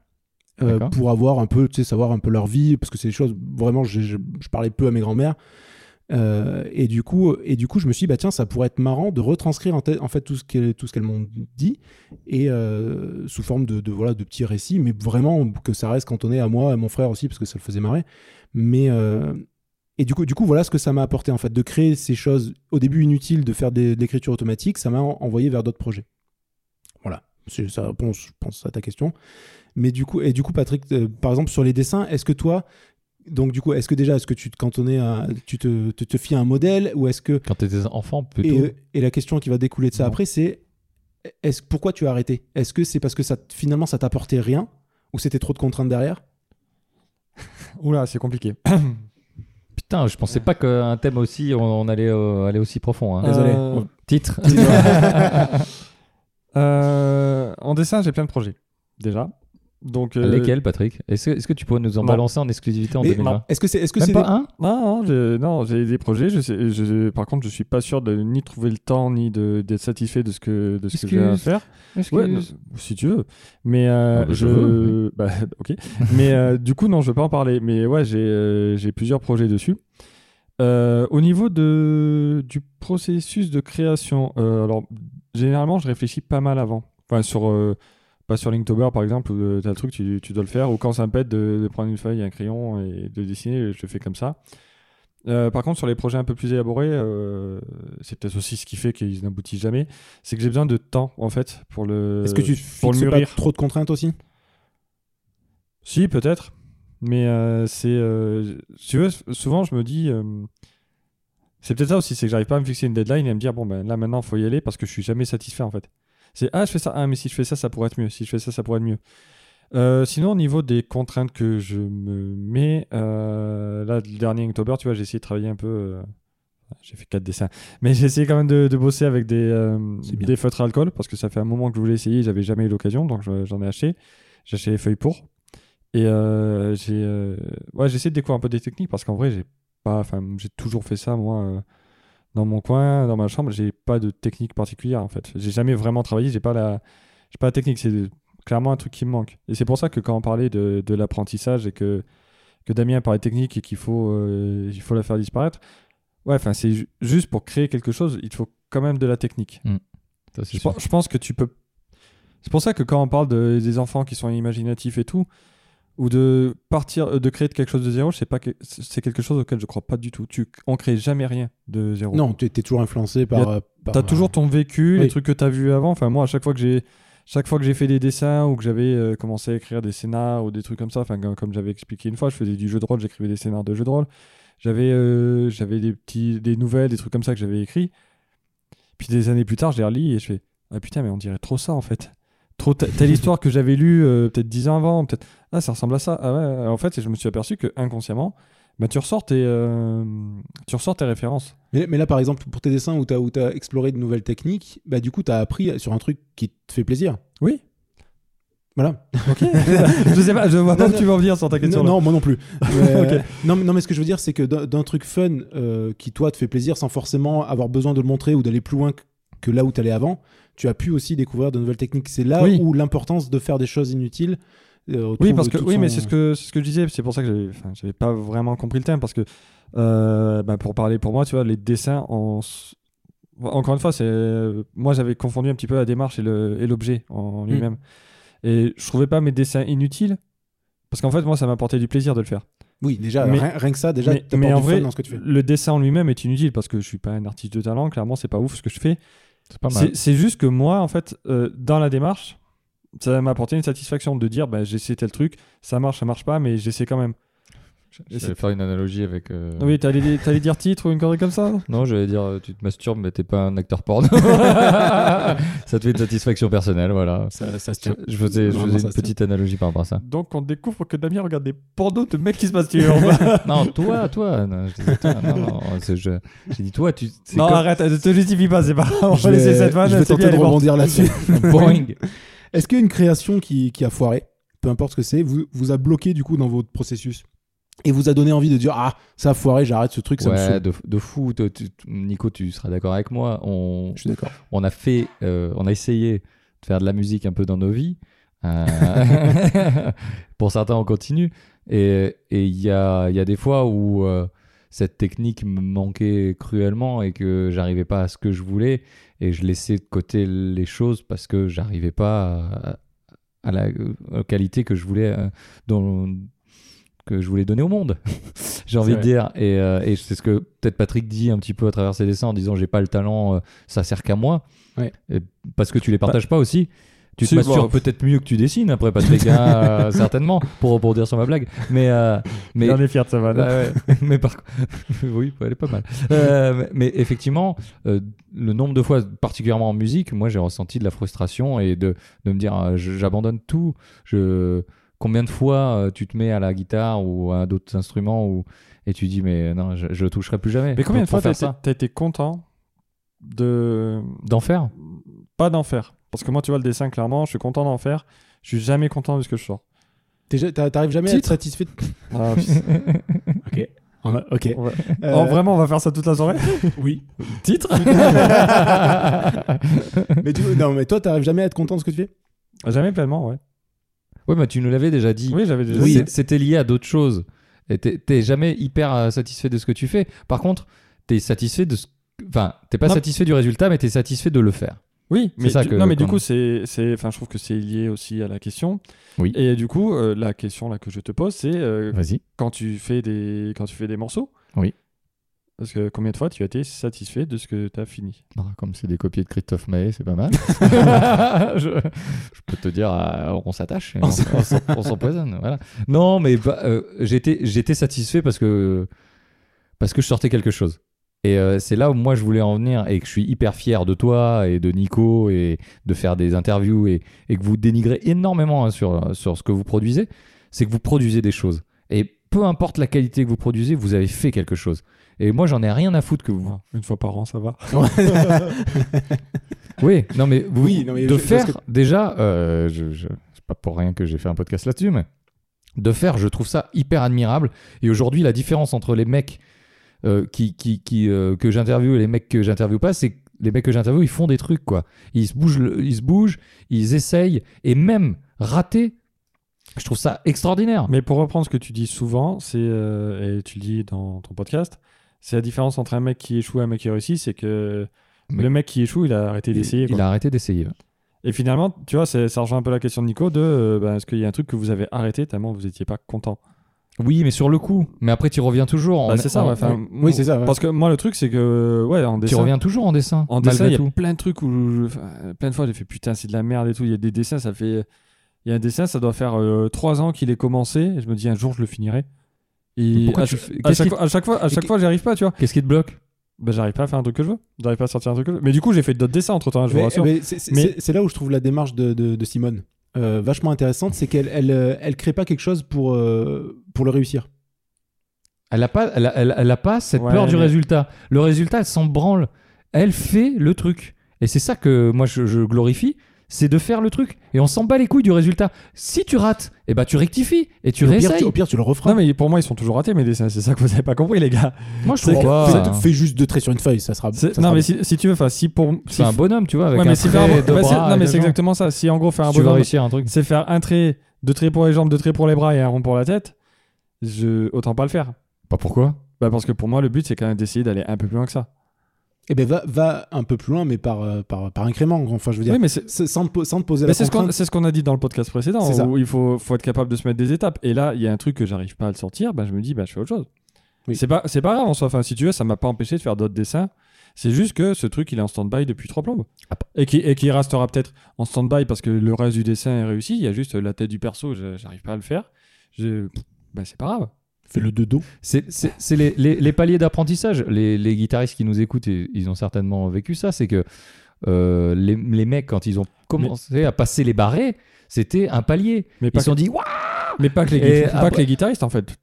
A: Euh,
C: D'accord.
A: pour avoir un peu, tu sais, savoir un peu leur vie, parce que c'est des choses, vraiment, je, je- je parlais peu à mes grands-mères. Euh, et, du coup, et du coup, je me suis dit, bah tiens, ça pourrait être marrant de retranscrire en, tête- en fait tout ce qu'elles tout ce qu'elles m'ont dit, et euh, sous forme de, de, voilà, de petits récits, mais vraiment que ça reste cantonné à moi, à mon frère aussi, parce que ça le faisait marrer. Mais, euh, et du coup, du coup, voilà ce que ça m'a apporté, en fait, de créer ces choses au début inutiles, de faire des, de l'écriture automatique, ça m'a en- envoyé vers d'autres projets. Voilà, c'est ça répond, je pense, à ta question. Mais du coup, et du coup, Patrick, euh, par exemple, sur les dessins, est-ce que toi, Donc du coup, est-ce que déjà, est-ce que tu te cantonnais, à- tu te, te, te fies à un modèle ou est-ce que
C: Quand t'étais enfant,
A: et,
C: plutôt.
A: euh, et la question qui va découler de ça
C: Non.
A: après, c'est est-ce pourquoi tu as arrêté Est-ce que c'est parce que ça t- finalement ça t'apportait rien ou c'était trop de contraintes derrière
B: Oula, c'est compliqué.
C: Putain, je pensais pas qu'un thème aussi, on, on allait euh, aller aussi profond. hein.
A: Ah,
B: Euh,
A: Désolé.
C: Titre.
B: Euh, en dessin, j'ai plein de projets, déjà. Donc, euh,
C: Lesquels, Patrick Est-ce que, est-ce que tu pourrais nous en
B: non.
C: balancer en exclusivité en
A: Mais-
C: 2020
A: Est-ce que c'est est-ce que
C: Même
A: c'est
C: pas
A: des-
C: un
B: Non, non, j'ai- non, j'ai des projets. Je sais, je- par contre, je suis pas sûr de ni trouver le temps ni de- d'être satisfait de ce que de ce que j'ai à
C: Excuse.
B: faire. Ouais, non, si tu veux. Mais euh,
C: Ah bah, je
B: je.
C: veux,
B: bah, ok. Mais euh, du coup, non, je veux pas en parler. Mais ouais, j'ai euh, j'ai plusieurs projets dessus. Euh, au niveau de, du processus de création, euh, alors généralement, je réfléchis pas mal avant. Enfin, sur. euh, pas sur Linktober par exemple, où euh, t'as le truc, tu, tu dois le faire, ou quand ça me pète de, de prendre une feuille et un crayon et de dessiner, je le fais comme ça. Euh, par contre, sur les projets un peu plus élaborés, euh, c'est peut-être aussi ce qui fait qu'ils n'aboutissent jamais, c'est que j'ai besoin de temps en fait pour le.
A: est-ce que tu
B: Euh, pour le
A: fixes pas
B: mûrir
A: trop de contraintes aussi
B: Si, peut-être. Mais euh, c'est. euh, si tu veux, souvent je me dis. euh, c'est peut-être ça aussi, c'est que j'arrive pas à me fixer une deadline et à me dire, bon, ben là maintenant, faut y aller parce que je suis jamais satisfait en fait. C'est, ah, je fais ça, ah, mais si je fais ça, ça pourrait être mieux. Si je fais ça, ça pourrait être mieux. Euh, sinon, au niveau des contraintes que je me mets, euh, là, le dernier October, tu vois, j'ai essayé de travailler un peu. euh, j'ai fait quatre dessins. Mais j'ai essayé quand même de, de bosser avec des, euh,
A: C'est bien.
B: des feutres à alcool parce que ça fait un moment que je voulais essayer, j'avais jamais eu l'occasion, donc je- j'en ai acheté. J'ai acheté les feuilles pour. Et euh, j'ai euh, ouais, j'ai essayé de découvrir un peu des techniques parce qu'en vrai, j'ai pas, enfin, j'ai toujours fait ça moi euh, dans mon coin, dans ma chambre. J'ai pas de technique particulière en fait. J'ai jamais vraiment travaillé. J'ai pas la, j'ai pas la technique. C'est clairement un truc qui me manque. Et c'est pour ça que quand on parlait de, de l'apprentissage et que que Damien parlait technique et qu'il faut euh, il faut la faire disparaître. Ouais, enfin, c'est ju- juste pour créer quelque chose, il faut quand même de la technique.
C: Ça, c'est
B: Je,
C: sûr.
B: pense- je pense que tu peux. C'est pour ça que quand on parle de- des enfants qui sont imaginatifs et tout, ou de partir, euh, de créer de quelque chose de zéro, c'est pas que- c'est quelque chose auquel je crois pas du tout. Tu, on crée jamais rien de zéro.
A: Non, tu étais toujours influencé
B: Il
A: par. euh, par,
B: T'as
A: euh,
B: toujours ton vécu, les
A: oui.
B: trucs que t'as vu avant. Enfin, moi, à chaque fois que j'ai, chaque fois que j'ai fait des dessins ou que j'avais euh, commencé à écrire des scénars ou des trucs comme ça, enfin, comme, comme j'avais expliqué une fois, je faisais du jeu de rôle, j'écrivais des scénars de jeu de rôle. J'avais, euh, j'avais des petits, des nouvelles, des trucs comme ça que j'avais écrit. Puis des années plus tard, je les relis et je fais, ah putain, mais on dirait trop ça en fait. Trop te- telle histoire que j'avais lue euh, peut-être 10 ans avant, peut-être. Ah, ça ressemble à ça. Ah ouais. En fait, je me suis aperçu que inconsciemment, bah, tu ressors tes, euh, tu ressors tes références.
A: Mais, mais là, par exemple, pour tes dessins où tu as, exploré de nouvelles techniques, bah, du coup, tu as appris sur un truc qui te fait plaisir.
B: Oui.
A: Voilà.
B: je sais pas, je vois pas
A: Non,
B: où tu veux en venir sur ta question.
A: Non,
B: là.
A: non, moi non plus. Mais- non, mais, non, mais ce que je veux dire, c'est que d'un d'un truc fun euh, qui, toi, te fait plaisir sans forcément avoir besoin de le montrer ou d'aller plus loin que- que là où tu allais avant, tu as pu aussi découvrir de nouvelles techniques. C'est là
B: Oui.
A: où l'importance de faire des choses inutiles. euh,
B: Oui,
A: retrouve
B: parce que
A: toute
B: oui, mais
A: son-
B: c'est ce que c'est ce que je disais. C'est pour ça que j'avais, enfin, j'avais pas vraiment compris le thème parce que euh, bah, pour parler pour moi, tu vois, les dessins en s- encore une fois, c'est moi j'avais confondu un petit peu la démarche et le et l'objet
A: Hmm.
B: en lui-même. Et je trouvais pas mes dessins inutiles parce qu'en fait moi ça m'apportait du plaisir de le faire.
A: Oui, déjà,
B: Mais-
A: rien, rien que ça, déjà,
B: mais,
A: t'apportes
B: mais en
A: du
B: vrai,
A: fun dans ce que tu fais.
B: le dessin en lui-même est inutile parce que je suis pas un artiste de talent. Clairement, c'est pas ouf ce que je fais.
C: C'est pas mal.
B: C'est c'est juste que moi, en fait, euh, dans la démarche, ça m'a apporté une satisfaction de dire bah, j'essaie tel truc, ça marche, ça marche pas, mais j'essaie quand même.
C: Je vais faire une analogie avec. euh,
B: Oui, t'allais t'allais dire titre ou une connerie comme ça
C: Non, j'allais dire, euh, tu te masturbes, mais t'es pas un acteur porno. ça te fait une satisfaction personnelle, voilà.
A: Ça, ça se
C: Je, je faisais, je
A: Vraiment,
C: faisais
A: ça
C: une
A: se tient.
C: petite analogie par rapport à ça.
B: Donc on découvre que Damien regarde des pornos de mecs qui se masturbent.
C: Non, toi, toi. Non, je disais toi, non, non, c'est- je- j'ai dit toi, tu. c'est
B: non,
C: comme-
B: arrête, ne te justifie pas, c'est pas. On
A: Je
B: va laisser
A: vais-
B: cette vanne,
A: je vais
B: c'est
A: tenter
B: bien,
A: de
B: elle est morte.
A: rebondir là-dessus.
C: Boing.
A: Est-ce qu'il y a une création qui, qui a foiré, peu importe ce que c'est, vous, vous a bloqué du coup dans votre processus et vous a donné envie de dire ah ça a foiré, j'arrête ce truc, ça me
C: Ouais,
A: saoule.
C: de, de fou. Toi, tu- tu- Nico, tu seras d'accord avec moi. On,
A: Je suis d'accord.
C: on a fait, euh, on a essayé de faire de la musique un peu dans nos vies. Euh, pour certains, on continue. Et et il y a, il y a des fois où euh, cette technique me manquait cruellement et que j'arrivais pas à ce que je voulais et je laissais de côté les choses parce que j'arrivais pas à, à la euh, qualité que je voulais euh, dont- que je voulais donner au monde. j'ai envie de
B: vrai.
C: dire et, euh, et c'est ce que peut-être Patrick dit un petit peu à travers ses dessins en disant j'ai pas le talent, euh, ça sert qu'à moi.
A: Ouais.
C: Et parce que tu les partages pas aussi. Tu te
B: Bah Si,
C: masturbes
B: bah,
C: peut-être mieux que tu dessines après, Patrick, hein, euh, certainement, pour rebondir sur ma blague. Mais, euh, mais,
B: est fier de sa vanne.
C: Ah ouais. mais par contre, oui, elle est pas mal. Euh, mais effectivement, euh, le nombre de fois, particulièrement en musique, moi j'ai ressenti de la frustration et de, de me dire euh, je- j'abandonne tout. Je... Combien de fois euh, tu te mets à la guitare ou à d'autres instruments ou... et tu dis mais non, je, je toucherai plus jamais.
B: Mais combien de
C: Pour-
B: fois
C: pour
B: t'as
C: faire
B: été,
C: ça
B: t'as été content de.
C: D'en faire
B: Pas d'en faire. Parce que moi, tu vois, le dessin, clairement, je suis content d'en faire. Je suis jamais content de ce que je sors.
A: T'es ja- t'a- T'arrives jamais à être
C: Titre.
A: satisfait de-
B: Ah, putain.
A: On a- Ok.
B: Ouais.
A: Euh,
B: Oh, vraiment, on va faire ça toute la soirée
A: oui.
C: Titre
A: Mais tu- non, mais toi, t'arrives jamais à être content de ce que tu fais
B: Jamais pleinement, ouais.
C: Ouais, mais tu nous l'avais déjà dit.
B: Oui, j'avais déjà.
A: Oui.
B: C'est-
C: C'est- C'était lié à d'autres choses. Et T'es t'es jamais hyper euh, satisfait de ce que tu fais. Par contre, t'es satisfait de ce. Enfin, t'es pas
B: Non.
C: satisfait du résultat, mais t'es satisfait de le faire.
B: Oui, mais
C: ça
B: du-
C: que-
B: non, mais du
C: qu'on-
B: coup, c'est, c'est, enfin, je trouve que c'est lié aussi à la question.
C: Oui.
B: Et du coup, euh, la question là que je te pose, c'est euh,
C: Vas-y.
B: quand tu fais des, quand tu fais des morceaux.
C: Oui.
B: Parce que combien de fois tu as été satisfait de ce que tu as fini
C: Bah, comme c'est des copies de Christophe Maé, c'est pas mal. je, je peux te dire, euh, on s'attache, et on, on s'en- on s'empoisonne. voilà. Non, mais bah, euh, j'étais j'étais satisfait parce que parce que je sortais quelque chose. Et euh, c'est là où moi je voulais en venir et que je suis hyper fier de toi et de Nico et de faire des interviews et, et que vous dénigrez énormément hein, sur, sur ce que vous produisez, c'est que vous produisez des choses. Et peu importe la qualité que vous produisez, vous avez fait quelque chose. Et moi j'en ai rien à foutre que vous.
B: Une fois par an, ça va.
C: Ah. Oui, non mais vous,
A: Oui, non, mais
C: de
A: je-
C: faire
A: parce que-
C: déjà, euh, je, je- c'est pas pour rien que j'ai fait un podcast là-dessus, mais de faire, je trouve ça hyper admirable. Et aujourd'hui, la différence entre les mecs euh, qui, qui, qui, euh, que j'interviewe et les mecs que j'interviewe pas, c'est que les mecs que j'interviewe, ils font des trucs quoi. Ils se bougent, le- ils se bougent, ils essayent et même rater, je trouve ça extraordinaire.
B: Mais pour reprendre ce que tu dis souvent, c'est euh, et tu le dis dans ton podcast, c'est la différence entre un mec qui échoue et un mec qui réussit, c'est que
C: Mais-
B: le mec qui échoue, il a arrêté d'essayer.
C: il
B: quoi.
C: a arrêté d'essayer.
B: Et finalement, tu vois, c'est- ça rejoint un peu la question de Nico de euh, ben, est-ce qu'il y a un truc que vous avez arrêté tellement vous n'étiez pas content
C: Oui, mais sur le coup. Mais après, tu reviens toujours. en-
B: Bah, c'est ça,
C: en-
B: ouais, enfin,
A: Oui, c'est ça. ouais.
B: Parce que moi, le truc, c'est que, ouais, en
C: tu
B: dessin,
C: reviens toujours en dessin.
B: en dessin, il y
C: malgré
B: a
C: tout.
B: plein de trucs où, je- enfin, plein de fois, j'ai fait putain, c'est de la merde et tout. Il y a des dessins, ça fait, il y a un dessin, ça doit faire euh, trois ans qu'il est commencé. Et je me dis un jour, je le finirai.
C: Mais
B: Et
C: pourquoi
B: à,
C: tu fais-
B: à
C: qu'est-ce
B: chaque,
C: qui-
B: fois- à chaque fois, à chaque
C: qu'est-
B: fois, j'y arrive pas, tu vois.
C: Qu'est-ce qui te bloque
B: Ben, j'arrive pas à faire un truc que je veux. J'arrive pas à sortir un truc que je veux. Mais du coup, j'ai fait d'autres dessins entre temps, je vous
A: Mais-
B: rassure.
A: mais c'est- c'est
B: Mais-
A: c'est- c'est là où je trouve la démarche de, de- de Simone euh, vachement intéressante, c'est qu'elle elle, euh, elle crée pas quelque chose pour, euh, pour le réussir.
C: Elle a pas, elle a, elle- elle a pas cette
B: Ouais,
C: peur du
B: mais-
C: résultat. Le résultat, elle s'en branle. Elle fait le truc. Et c'est ça que moi je, je glorifie, c'est de faire le truc. Et on s'en bat les couilles du résultat. Si tu rates, eh ben tu rectifies et tu
A: Et au, pire,
C: réessayes.
A: tu, au pire, tu le referas.
B: Non, mais pour moi, ils sont toujours ratés, mes dessins. C'est ça que vous avez pas compris, les gars.
C: Moi je
B: c'est
C: trouve
B: que-
C: pas.
A: Fais, fais juste deux traits sur une feuille, ça sera.
B: Oh, C'est-
A: ça sera
B: Non, mais
A: bien.
B: si, si tu veux, enfin, si pour. si-
C: C'est un bonhomme, tu vois, avec
B: Ouais,
C: un
B: mais c'est
C: trait,
B: faire un-
C: deux
B: bah, c'est-
C: bras
B: Non,
C: et deux
B: mais c'est
C: jambes.
B: exactement ça. Si en gros, faire un
C: Si tu vas
B: bonhomme,
C: réussir un truc.
B: c'est faire un trait, deux traits pour les jambes, deux traits pour les bras et un rond pour la tête, je... autant pas le faire.
C: Pas pourquoi
B: Bah parce que pour moi, le but, c'est quand même d'essayer d'aller un peu plus loin que ça.
A: Eh ben, va, va un peu plus loin, mais par, euh, par, par incrément. Enfin, je veux dire,
B: Oui, mais c'est.
A: s- sans, te po- sans te poser
B: mais
A: la
B: c'est ce qu'on
A: contrainte.
B: c'est ce qu'on a dit dans le podcast précédent,
A: C'est ça.
B: où il faut, faut être capable de se mettre des étapes. Et là, il y a un truc que j'arrive pas à le sortir, bah, je me dis, bah, je fais autre chose.
A: Oui.
B: C'est pas, c'est pas grave en soi. Enfin, si tu veux, ça m'a pas empêché de faire d'autres dessins. C'est juste que ce truc, il est en stand-by depuis trois plombes.
C: Ah, pas-
B: Et qui, et qui restera peut-être en stand-by parce que le reste du dessin est réussi. Il y a juste la tête du perso, je- j'arrive pas à le faire. Je... Bah, c'est pas grave.
A: Fais le de dos.
C: C'est- C'est c'est les, les- les paliers d'apprentissage. Les, les guitaristes qui nous écoutent, et ils ont certainement vécu ça. C'est que euh, les, les mecs, quand ils ont commencé à passer les barrés, c'était un palier.
B: Mais
C: Ils
B: pas,
C: se sont dit, Waouh,
B: mais pas, que, les,
C: Et
B: guita- pas
C: après-
B: que les guitaristes, en fait.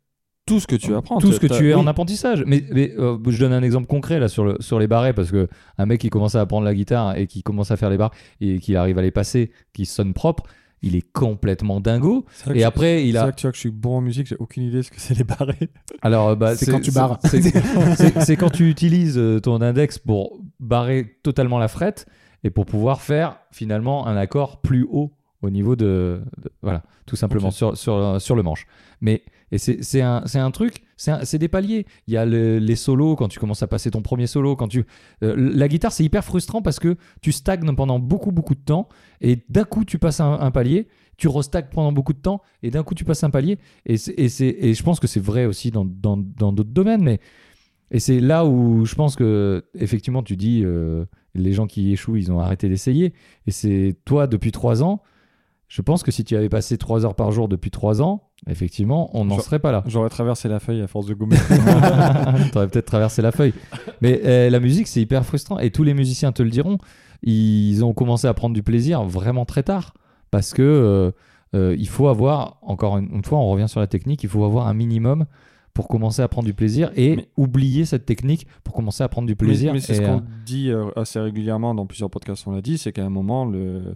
B: Tout ce que tu apprends.
C: tout ce que
B: t'as-
C: tu es
B: oui.
C: en apprentissage. Mais, mais, euh, je donne un exemple concret là sur, le, sur les barrés parce que un mec qui commence à apprendre la guitare et qui commence à faire les barres et qui arrive à les passer, qui sonne propre, il est complètement dingo.
B: C'est vrai que
C: Et
B: je-
C: après, il
B: C'est
C: a.
B: vrai que tu vois que je suis bon en musique, j'ai aucune idée de ce que c'est les barrés.
C: Alors, euh, bah,
A: C'est quand tu barres.
C: C'est c'est- c'est quand tu utilises euh, ton index pour barrer totalement la frette et pour pouvoir faire finalement un accord plus haut au niveau de, de- voilà, tout simplement
B: Ok.
C: sur, sur, sur le manche. Mais et c'est c'est un, c'est un truc, c'est un- c'est des paliers. Il y a le- les solos quand tu commences à passer ton premier solo, quand tu euh, la guitare c'est hyper frustrant parce que tu stagnes pendant beaucoup beaucoup de temps et d'un coup tu passes un, un palier, tu restagnes pendant beaucoup de temps et d'un coup tu passes un palier et c'est- et c'est et je pense que c'est vrai aussi dans dans- dans d'autres domaines mais Et c'est là où je pense que, effectivement, tu dis, euh, les gens qui échouent, ils ont arrêté d'essayer. Et c'est toi, depuis trois ans, je pense que si tu avais passé trois heures par jour depuis trois ans, effectivement, on n'en
B: Genre-
C: serait pas là.
B: J'aurais traversé la feuille à force de gommer.
C: T'aurais peut-être traversé la feuille. Mais euh, la musique, c'est hyper frustrant. Et tous les musiciens te le diront. Ils ont commencé à prendre du plaisir vraiment très tard. Parce que euh, euh, il faut avoir, encore une, une fois, on revient sur la technique, il faut avoir un minimum pour commencer à prendre du plaisir et
B: Mais-
C: oublier cette technique pour commencer à prendre du plaisir.
B: Mais, mais c'est
C: et,
B: ce
C: euh,
B: qu'on dit euh, assez régulièrement dans plusieurs podcasts, on l'a dit, c'est qu'à un moment, le,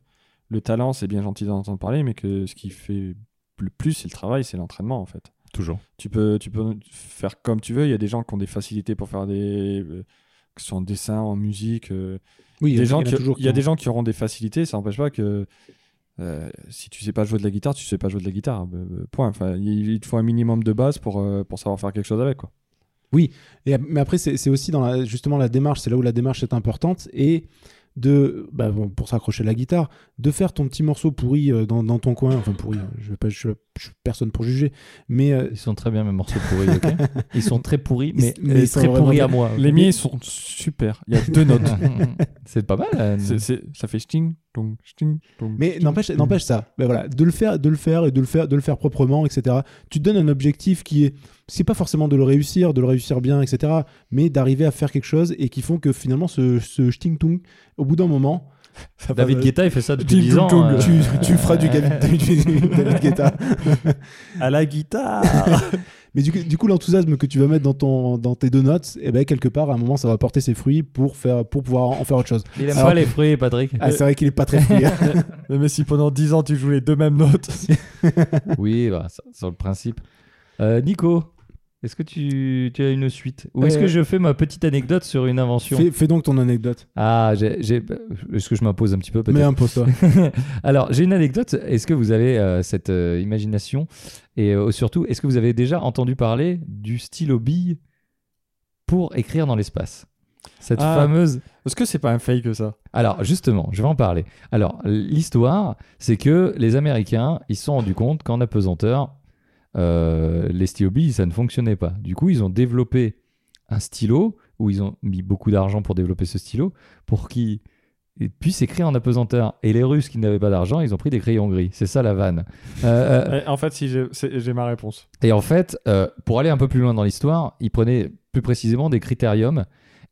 B: le talent, c'est bien gentil d'en entendre parler, mais que ce qui fait le plus, c'est le travail, c'est l'entraînement, en fait.
C: Toujours.
B: Tu peux, tu peux faire comme tu veux, il y a des gens qui ont des facilités pour faire des... euh, que ce soit en dessin, en musique... euh,
A: Oui,
B: des gens
A: en
B: qui-
A: toujours
B: il y a
A: qui
B: des
A: ont-
B: gens qui auront des facilités, ça n'empêche pas que... euh, si tu sais pas jouer de la guitare, tu sais pas jouer de la guitare. euh, Point. Enfin, il il te faut un minimum de base pour, euh, pour savoir faire quelque chose avec. Quoi.
A: Et, mais après, c'est c'est aussi dans la- justement la démarche, c'est là où la démarche est importante. Et de, bah, bon, pour s'accrocher à la guitare, de faire ton petit morceau pourri euh, dans, dans ton coin, enfin pourri, euh, je ne pas, je, je suis personne pour juger, mais euh,
C: Ils sont très bien, mes morceaux pourris. ok ils sont très pourris, mais,
A: Ils- mais
C: euh,
A: ils sont
C: très
A: vraiment
C: pourris
A: bien.
C: à moi.
B: Les miens ils sont super. Il y a deux notes.
C: c'est pas mal. euh,
B: C'est- c'est- ça fait sting, tong, sting, tong.
A: Mais n'empêche, n'empêche ça. Ben voilà, de le faire, de le faire et de le faire, de le faire proprement, etc. Tu te donnes un objectif qui est, c'est pas forcément de le réussir, de le réussir bien, etc. Mais d'arriver à faire quelque chose et qui font que finalement ce, ce sting-tung, au bout d'un moment, ça va-
C: David Guetta, il fait ça depuis
A: Sting
C: 10 ans.
A: Tung,
C: euh,
A: tu, tu feras du Gavi- David, David Guetta.
B: à la guitare.
A: Mais du, coup- du coup, l'enthousiasme que tu vas mettre dans ton, dans tes deux notes, et ben quelque part, à un moment, ça va porter ses fruits pour faire, pour pouvoir en faire autre chose.
C: Il aime
A: Alors-
C: pas les fruits, Patrick.
A: Ah, c'est vrai qu'il est pas très fruit. hein.
B: mais, mais si pendant 10 ans tu joues les deux mêmes notes.
C: Oui, bah, ça- sur le principe. Euh, Nico, est-ce que tu, tu as une suite Ou est-ce
A: Euh,
C: que je fais ma petite anecdote sur une invention
A: fais, fais donc ton anecdote.
C: Ah, j'ai, j'ai- est-ce que je m'impose un petit peu peut-être
A: Mais impose-toi.
C: Alors, j'ai une anecdote. Est-ce que vous avez euh, cette euh, imagination Et euh, surtout, est-ce que vous avez déjà entendu parler du stylo bille pour écrire dans l'espace Cette
B: Ah.
C: fameuse
B: Est-ce que c'est pas un fake ça
C: Alors justement, je vais en parler. Alors l'histoire, c'est que les Américains, ils se sont rendus compte qu'en apesanteur, euh, les stylos billes, ça ne fonctionnait pas. Du coup, ils ont développé un stylo où ils ont mis beaucoup d'argent pour développer ce stylo pour qu'il puisse écrire en apesanteur. Et les Russes qui n'avaient pas d'argent, ils ont pris des crayons gris. C'est ça la vanne. Euh, euh,
B: Eh, En fait, si j'ai- c'est- j'ai ma réponse.
C: et en fait, euh, pour aller un peu plus loin dans l'histoire, ils prenaient plus précisément des critériums.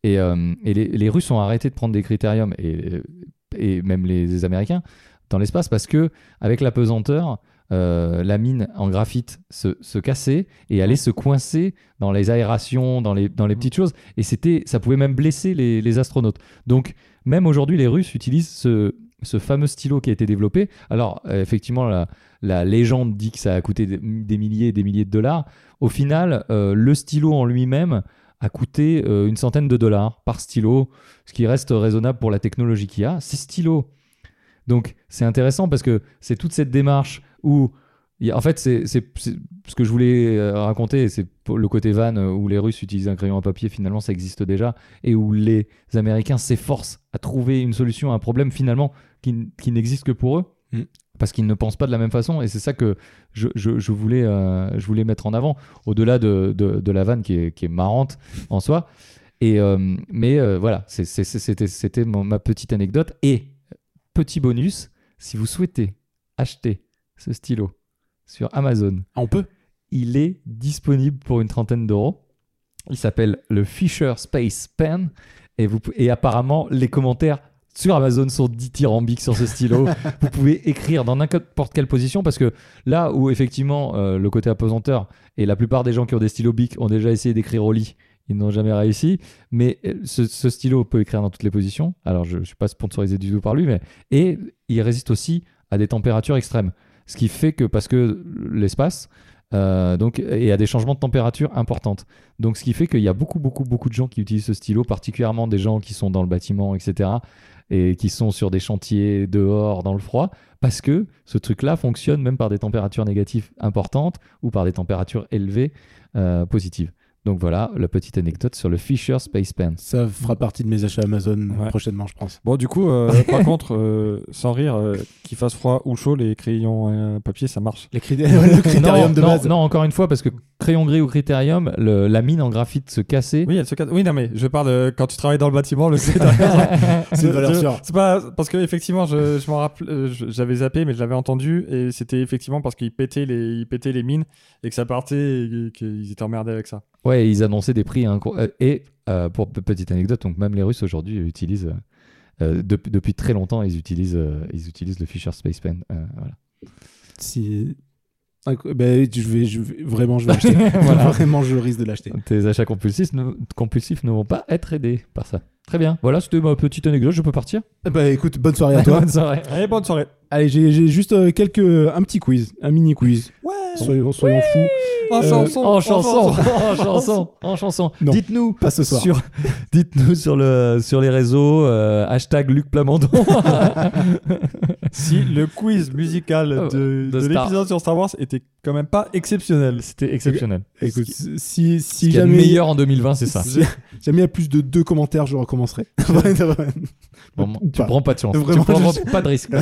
C: Et, euh, et les, les Russes ont arrêté de prendre des critériums, et, euh, et même les, les Américains, dans l'espace, parce que avec la pesanteur, euh, la mine en graphite se, se cassait et allait se coincer dans les aérations, dans les, dans les petites choses. Et c'était, ça pouvait même blesser les, les astronautes. Donc, même aujourd'hui, les Russes utilisent ce, ce fameux stylo qui a été développé. Alors, euh, effectivement, la, la légende dit que ça a coûté des- des milliers et des milliers de dollars. Au final, euh, le stylo en lui-même a coûté euh, une centaine de dollars par stylo, ce qui reste raisonnable pour la technologie qu'il y a. Ces stylos. Donc, c'est intéressant parce que c'est toute cette démarche où. il y a- En fait, c'est c'est- c'est ce que je voulais euh, raconter, c'est pour le côté van euh, où les Russes utilisent un crayon à papier, finalement ça existe déjà, et où les Américains s'efforcent à trouver une solution à un problème finalement qui, n- qui n'existe que pour eux parce qu'ils ne pensent pas de la même façon et c'est ça que je, je- je voulais, euh, je voulais mettre en avant au-delà de, de- de la vanne qui est, qui est marrante en soi et, euh, mais euh, voilà c'est- c'est- c'est- c'était c'était mon- ma petite anecdote et petit bonus si vous souhaitez acheter ce stylo sur Amazon
A: Ah, on peut.
C: il est disponible pour une trentaine d'euros il s'appelle le Fisher Space Pen et, vous, pou- et apparemment les commentaires sur Amazon sont dithyrambiques sur ce stylo. vous pouvez écrire dans n'importe quelle position parce que là où effectivement euh, le côté apesanteur et la plupart des gens qui ont des stylos bic ont déjà essayé d'écrire au lit, ils n'ont jamais réussi. Mais euh, ce, ce stylo peut écrire dans toutes les positions. Alors je ne suis pas sponsorisé du tout par lui, mais et il résiste aussi à des températures extrêmes, ce qui fait que parce que l'espace euh, donc et à des changements de température importantes. Donc ce qui fait qu'il y a beaucoup beaucoup beaucoup de gens qui utilisent ce stylo, particulièrement des gens qui sont dans le bâtiment, etc et qui sont sur des chantiers dehors dans le froid, parce que ce truc-là fonctionne même par des températures négatives importantes ou par des températures élevées euh, positives. Donc voilà, la petite anecdote sur le Fisher Space Pen.
A: Ça fera partie de mes achats Amazon
B: Ouais.
A: prochainement, je pense.
B: Bon, du coup, euh, par contre, euh, sans rire, euh, qu'il fasse froid ou chaud, les crayons euh, papier, ça marche.
A: Les crit- le critérium
C: non,
A: de
C: non,
A: base.
C: non, encore une fois, parce que crayon gris ou critérium, le- la mine en graphite se cassait.
B: Oui, elle se casse. Oui, non, mais je parle de quand tu travailles dans le bâtiment, le
A: C'est une valeur
B: Je-
A: sûre.
B: C'est pas parce que effectivement, je, je m'en rappelle, euh, je- j'avais zappé, mais je l'avais entendu et c'était effectivement parce qu'ils pétaient les, ils pétaient les mines et que ça partait et qu'ils étaient emmerdés avec ça.
C: Ouais, ils annonçaient des prix. inco- euh, Et euh, pour pe- petite anecdote, donc même les Russes aujourd'hui utilisent. euh, euh, dep- depuis très longtemps, ils utilisent, euh, ils utilisent le Fisher Space Pen. euh, voilà.
A: Si... Ah, quoi, ben, je vais, je vais- vraiment, je vais acheter.
C: Voilà.
A: Vraiment, je risque de l'acheter.
C: Tes achats compulsifs ne, compulsifs ne vont pas être aidés par ça. Très bien. Voilà, c'était ma petite anecdote. Je peux partir.
A: Bah écoute, bonne soirée à toi.
C: Bonne soirée.
B: Allez, bonne soirée.
A: Allez, j'ai j'ai juste euh, quelques, un petit quiz, un mini quiz.
B: Ouais.
A: Soyons, soyons fous.
B: En
A: Euh,
B: chanson.
C: en chanson, en chanson, en chanson.
A: Non.
C: Dites-nous
A: Pas ce soir.
C: sur, dites-nous sur le sur les réseaux euh, hashtag Luc Plamondon.
B: Si le quiz musical de,
C: Oh, De
B: de
C: Star-
B: l'épisode sur Star Wars était quand même pas exceptionnel.
C: C'était exceptionnel.
A: Écoute, si,
C: Ce
A: si
C: qu'il y a de
A: jamais.
C: meilleur en 2020, c'est ça.
A: Si jamais il y a plus de deux commentaires, je recommencerai.
C: Bon,
A: Ou
C: tu
A: pas.
C: prends pas de chance.
A: Vraiment,
C: tu prends
A: je-
C: pas de risque.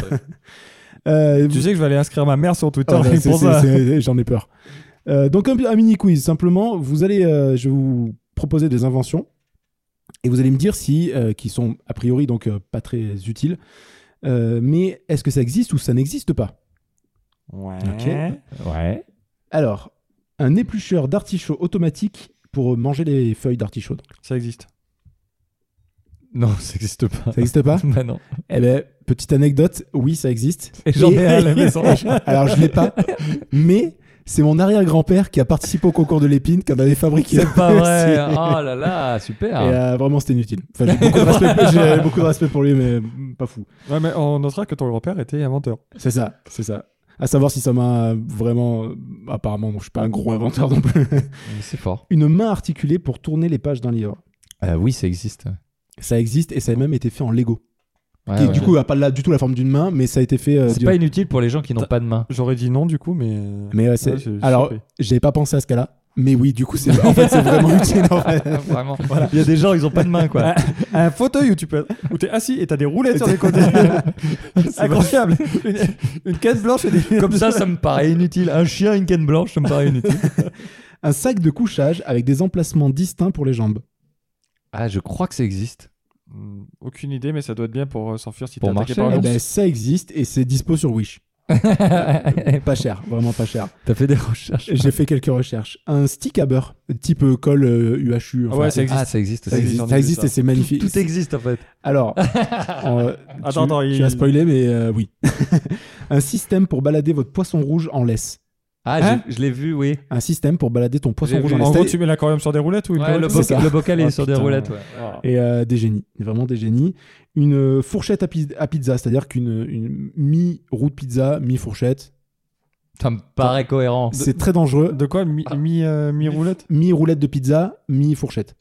A: Euh,
B: Tu sais que je vais aller inscrire ma mère sur Twitter
C: Oh,
A: Ah, bah, c'est-
B: pour ça.
A: c'est- c'est- J'en ai peur. Euh, donc un, un mini quiz simplement. Vous allez, euh, je vais vous proposer des inventions et vous allez me dire si, euh, qui sont a priori donc euh, pas très utiles, Euh, mais est-ce que ça existe ou ça n'existe pas
B: Ouais.
A: Ok.
C: ouais.
A: Alors, un éplucheur d'artichaut automatique pour manger les feuilles d'artichaut. donc.
B: Ça existe.
C: Non, ça n'existe pas.
A: Ça n'existe pas
C: Bah non.
A: Eh ben, petite anecdote, oui, ça existe.
C: Et j'en ai un à la maison.
A: Alors je l'ai pas, mais c'est mon arrière-grand-père qui a participé au concours de l'épine quand on avait fabriqué.
C: C'est pas vrai.
A: C'est-
C: Oh là là, super.
A: Et euh, vraiment, c'était inutile. Enfin, j'ai beaucoup, de respect- j'ai beaucoup de respect pour lui, mais mm, pas fou.
B: Ouais, mais on notera que ton grand-père était inventeur.
A: C'est ça, c'est ça. À savoir si ça m'a vraiment. Apparemment, bon, je suis pas un gros inventeur non plus.
C: C'est fort.
A: Une main articulée pour tourner les pages d'un livre.
C: Euh, oui, ça existe.
A: Ça existe et ça a même été fait en Lego.
C: Ouais,
A: qui,
C: Ah ouais.
A: du coup, a pas la- du tout la forme d'une main, mais ça a été fait. euh,
C: c'est
A: du-
C: pas inutile pour les gens qui n'ont pas de main.
B: J'aurais dit non du coup, mais. euh,
A: Mais ouais, c'est-
B: Ouais, j'ai- j'ai
A: Alors,
B: surpris.
A: j'avais pas pensé à ce cas-là. Mais oui, du coup, c'est en fait, c'est vraiment utile. en fait.
C: Vraiment. Il y a des gens, ils ont pas de main, quoi.
B: un fauteuil où tu peux où t'es assis et t'as des roulettes sur les côtés.
C: Ah,
B: Incroyable. Une, une caisse blanche et des
C: Comme ça, ça me paraît inutile. Un chien, une canne blanche, ça me paraît inutile.
A: Un sac de couchage avec des emplacements distincts pour les jambes.
C: Ah, je crois que ça existe.
B: Hmm, Aucune idée, mais ça doit être bien pour euh, s'enfuir si t'es
C: Pour
B: attaqué
C: marcher,
B: par un
C: Ah
A: Eh
B: ours.
A: ben, ça existe et c'est dispo sur Wish.
C: T'as
A: Pas cher, vraiment pas cher.
C: fait des recherches.
A: J'ai fait quelques recherches. Un stick à beurre, type euh, colle euh, UHU.
B: Ah ouais, ça existe.
C: Ah, ça existe.
A: ça
C: aussi.
A: existe,
B: j'en ai
A: ça
B: vu
A: existe
B: ça.
A: et c'est magnifique.
C: Tout existe en fait.
A: Alors, euh,
B: Attends,
A: tu,
B: attends,
A: tu
B: il-
A: as spoilé, mais euh, oui. un système pour balader votre poisson rouge en laisse.
C: Ah,
B: Hein
C: j'ai- je l'ai vu, oui.
A: Un système pour balader ton poisson
C: J'ai
A: rouge
C: vu.
A: en
B: En
A: laisse.
B: gros,
A: T'as-
B: tu mets l'aquarium sur des roulettes ou une
C: Ouais,
B: planche
C: le,
A: c'est
C: bocal- Oh,
A: ça.
C: le bocal est
B: Ah,
C: sur des
B: putain.
C: roulettes. ouais.
B: Ah.
A: Et euh, des génies, vraiment des génies. Une euh, fourchette à, pi- à pizza, c'est-à-dire qu'une une mi-roue de pizza, mi-fourchette.
C: Ça me paraît cohérent.
A: C'est très dangereux.
B: De quoi Mi,
C: Ah.
B: mi, euh, mi roulette
A: Mi-roulette de pizza, mi-fourchette.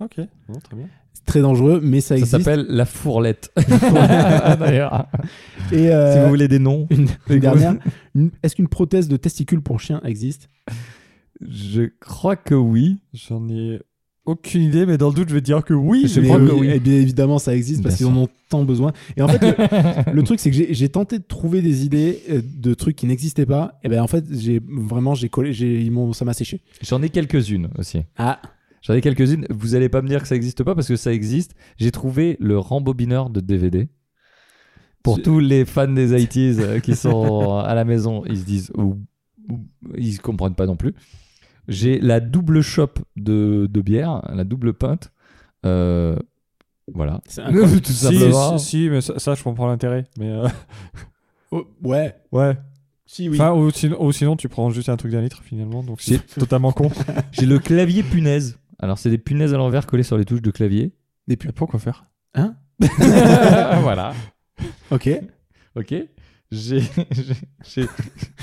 B: Ok. Bon, Oh, très bien.
A: C'est très dangereux, mais ça
C: Ça
A: existe.
C: s'appelle la fourlette. Ah, D'ailleurs,
A: Et, euh,
C: si vous voulez des noms,
A: Une, une dernière. Une- Est-ce qu'une prothèse de testicule pour chien existe
C: je crois que oui.
B: J'en ai aucune idée, mais dans le doute, je vais dire que oui.
C: Je
B: mais-
C: crois
A: Mais
C: que oui.
A: eh bien évidemment, ça existe parce
C: Bien
A: qu'ils en ont tant besoin. Et en fait, le, le truc, c'est que j'ai- j'ai tenté de trouver des idées euh, de trucs qui n'existaient pas. Et ben en fait, j'ai vraiment, j'ai collé, j'ai- ils m'ont- ça m'a séché.
C: J'en ai quelques-unes aussi.
A: Ah,
C: J'en ai quelques-unes. Vous allez pas me dire que ça existe pas parce que ça existe. J'ai trouvé le rembobineur de DVD. Pour
A: Je-
C: tous les fans des 80s euh, qui sont à la maison, ils se disent ou, ou- ils comprennent pas non plus. J'ai la double chope de, de bière, la double pinte. Euh, voilà.
A: c'est
C: Tout
A: incroyable.
C: simplement.
B: si, si, si, mais ça, ça, je comprends l'intérêt. Mais euh,
A: Oh, ouais,
B: ouais.
A: si, oui.
B: Enfin, ou, sinon, ou sinon, tu prends juste un truc d'un litre finalement, donc c'est totalement con.
C: J'ai le clavier punaise. Alors, c'est des punaises à l'envers collées sur les touches de clavier.
A: Des pubs.
B: Pourquoi faire
C: voilà.
A: Ok,
C: Ok. J'ai. j'ai- j'ai-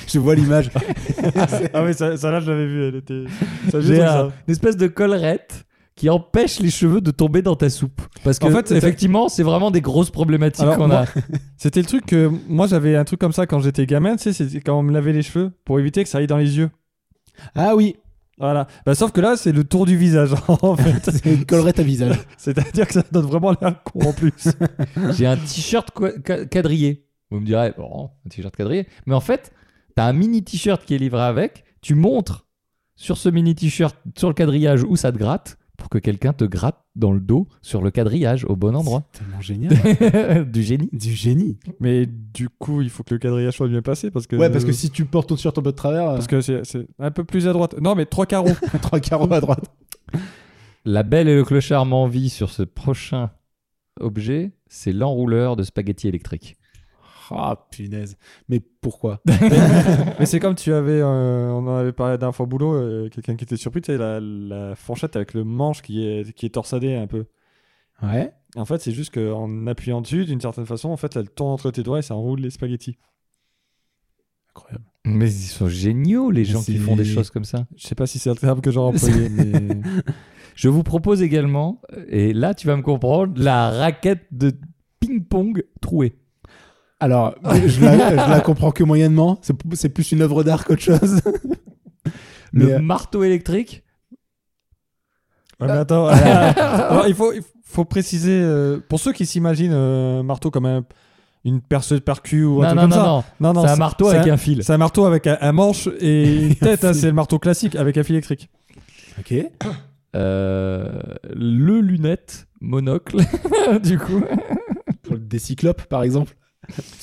A: je vois l'image.
B: Ah oui, ça, ça, là, je l'avais vu, elle était. Ça, j'ai
C: J'ai
B: trouvé
C: un-
B: ça.
C: une espèce de collerette qui empêche les cheveux de tomber dans ta soupe. Parce que,
B: En fait, c'est-
C: effectivement, c'est vraiment des grosses problématiques
B: Alors,
C: qu'on a.
B: C'était le truc que moi j'avais un truc comme ça quand j'étais gamin, tu sais, c'était quand on me lavait les cheveux pour éviter que ça aille dans les yeux.
A: Ah oui,
B: Voilà. Bah, sauf que là, c'est le tour du visage, en fait.
A: C'est une collerette à visage.
B: C'est-à-dire que ça donne vraiment l'air con en plus.
C: J'ai un t-shirt quoi- ca- quadrillé. Vous me direz, bon, un t-shirt quadrillé. Mais en fait, t'as un mini t-shirt qui est livré avec. Tu montres sur ce mini t-shirt, sur le quadrillage où ça te gratte, pour que quelqu'un te gratte dans le dos sur le quadrillage au bon endroit.
A: C'est tellement génial.
C: du génie.
A: Du génie.
B: Mais du coup, il faut que le quadrillage soit bien passé parce que.
A: Ouais, parce que si tu portes ton t-shirt un peu de travers,
B: Parce que c'est c'est un peu plus à droite. Non, mais trois carreaux.
A: euh, trois carreaux à droite.
C: La belle et le clochard m'envie sur ce prochain objet, c'est l'enrouleur de spaghettis électriques.
A: Ah, punaise. Mais pourquoi
B: mais c'est comme tu avais. euh, on en avait parlé la dernière fois au boulot. euh, Quelqu'un qui était surpris, tu sais, la, la fourchette avec le manche qui est, qui est torsadé un peu.
A: Ouais.
B: En fait, c'est juste qu'en appuyant dessus, d'une certaine façon, en fait, elle tourne entre tes doigts et ça enroule les spaghettis.
A: Incroyable.
C: Mais ils sont géniaux les gens qui
A: C'est-
C: font des choses comme ça.
B: Je sais pas si c'est le terme que j'aurais employé, mais.
C: Je vous propose également, et là tu vas me comprendre, la raquette de ping-pong trouée.
A: Alors, je la, je la comprends que moyennement. C'est, c'est plus une œuvre d'art qu'autre chose.
C: Le
A: Mais, euh,
C: marteau électrique
B: Ouais, mais attends, alors, il, faut, il faut préciser, euh, pour ceux qui s'imaginent euh, un marteau comme un- une perceuse percu ou
C: Non,
B: un truc
C: non,
B: comme
C: non,
B: ça.
C: non.
B: Non, non,
C: C'est un marteau avec un fil.
B: c'est un marteau avec un, un manche et une tête, hein, c'est le marteau classique avec un fil électrique.
A: Ok.
C: Euh, le lunette monocle, du coup.
A: Pour des cyclopes, par exemple.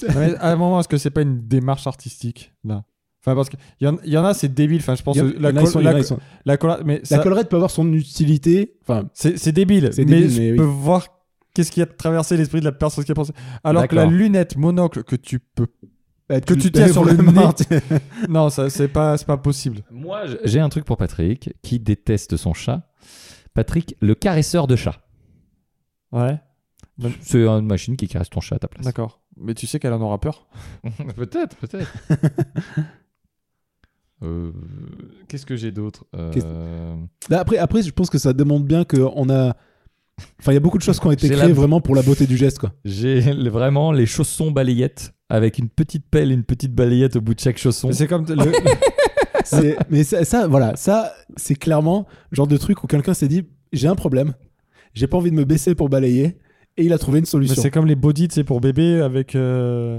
B: Non, mais à un moment, est-ce que c'est pas une démarche artistique là Enfin, parce qu'il y, en- il y en a, c'est débile. Enfin, je pense
A: Il y en-
B: que la,
A: il y en a,
B: col-
A: ils sont- il y en
B: la,
A: a, ils sont-
B: la colla- mais ça-
A: La collerette peut avoir son utilité. Enfin,
B: c'est c'est débile.
A: C'est
B: mais
A: débile,
B: je
A: mais oui.
B: peux voir qu'est-ce qui a traversé l'esprit de la personne qui a pensé. Alors que la
C: D'accord.
B: lunette monocle que tu peux.
A: bah,
B: Que tu tiens
A: t'as
B: sur
A: pour
B: le nez.
A: marre, tu-
B: Non, ça, c'est pas, c'est pas possible.
C: Moi, j- j'ai un truc pour Patrick qui déteste son chat. Patrick, le caresseur de chat.
B: Ouais.
C: C'est une machine qui caresse ton chat à ta place.
B: D'accord. Mais tu sais qu'elle en aura peur.
C: peut-être, peut-être. Euh, Qu'est-ce que j'ai d'autre Euh,
A: Là, après, après, je pense que ça demande bien qu'on a. Enfin, il y a beaucoup de choses qui ont été
C: C'est
A: créées
C: la-
A: vraiment pour la beauté du geste, quoi.
C: J'ai le- vraiment les chaussons balayettes avec une petite pelle et une petite balayette au bout de chaque chausson.
B: Mais C'est comme le-
A: C'est- mais ça, ça, voilà, ça, c'est clairement le genre de truc où quelqu'un s'est dit j'ai un problème, j'ai pas envie de me baisser pour balayer, et il a trouvé une
B: mais
A: solution.
B: c'est comme les body, tu sais, pour bébé avec euh,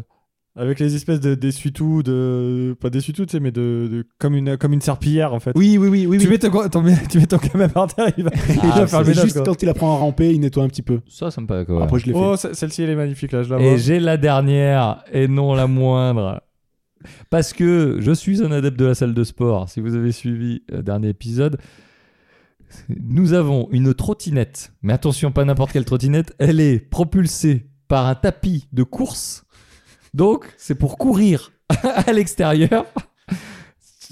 B: avec les espèces de d'essuie-tout, de pas d'essuie-tout, tu sais, mais de, de- comme une comme une serpillière en fait.
A: Oui, oui, oui, oui.
B: tu,
A: oui.
B: Mets ton, ton- tu mets ton gamin par terre, il va, il
C: Ah,
B: va
C: mais
B: faire le
A: C'est
B: ménage.
A: juste
B: quoi.
A: quand il apprend à ramper, il nettoie un petit peu.
C: Ça, ça me paraît quoi.
A: Après, je l'ai
B: Oh, ce- celle-ci elle est magnifique là, je la vois.
C: Et j'ai la dernière, et non la moindre. Parce que je suis un adepte de la salle de sport. Si vous avez suivi le dernier épisode, nous avons une trottinette. Mais attention, pas n'importe quelle trottinette. Elle est propulsée par un tapis de course. Donc, c'est pour courir à l'extérieur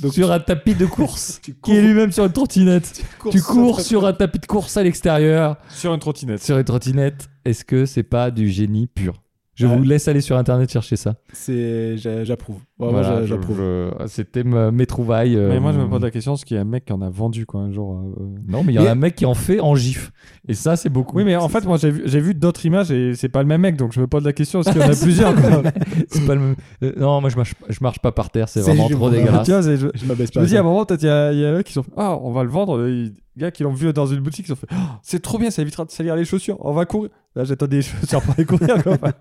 A: Donc,
C: sur un tapis de course
A: fait. Tu
C: qui est lui-même sur une trottinette.
A: tu cours,
C: Tu cours sur un tapis de course à l'extérieur
B: Sur une trottinette.
C: sur une trottinette, est-ce que c'est pas du génie pur Je
A: Ouais.
C: vous laisse aller sur internet chercher ça.
A: C'est, j'a- j'approuve. Vraiment,
C: Voilà,
A: j'a-
C: je-
A: j'approuve.
C: je- C'était ma- mes trouvailles. euh,
B: Mais moi je me pose la question, est-ce qu'il y a un mec qui en a vendu quoi un jour euh,
C: Non, mais il y en
A: Mais-
C: a un mec qui en fait en gif. Et ça, c'est beaucoup.
B: Oui, mais en fait, moi j'ai vu, j'ai vu d'autres images et c'est pas le même mec, donc je me pose la question, est-ce qu'il y en a plusieurs quoi
C: c'est pas le même. euh, non, moi, je marche, je marche pas par terre. C'est
A: C'est
C: vraiment
A: juste-
C: trop
A: voilà.
C: dégueulasse.
B: Tu vois, c'est- je-
A: Je m'abaisse
B: Je
A: pas.
B: me dis, ah, à
A: à
B: un moment, peut-être, il y a- il y, en a qui sont fait, Ah, on va le vendre. Les gars qui l'ont vu dans une boutique, ils ont fait Ah, C'est trop bien, ça évitera de salir les chaussures. On va courir. Là, j'attendais les chaussures pour aller courir. Quoi. Enfin,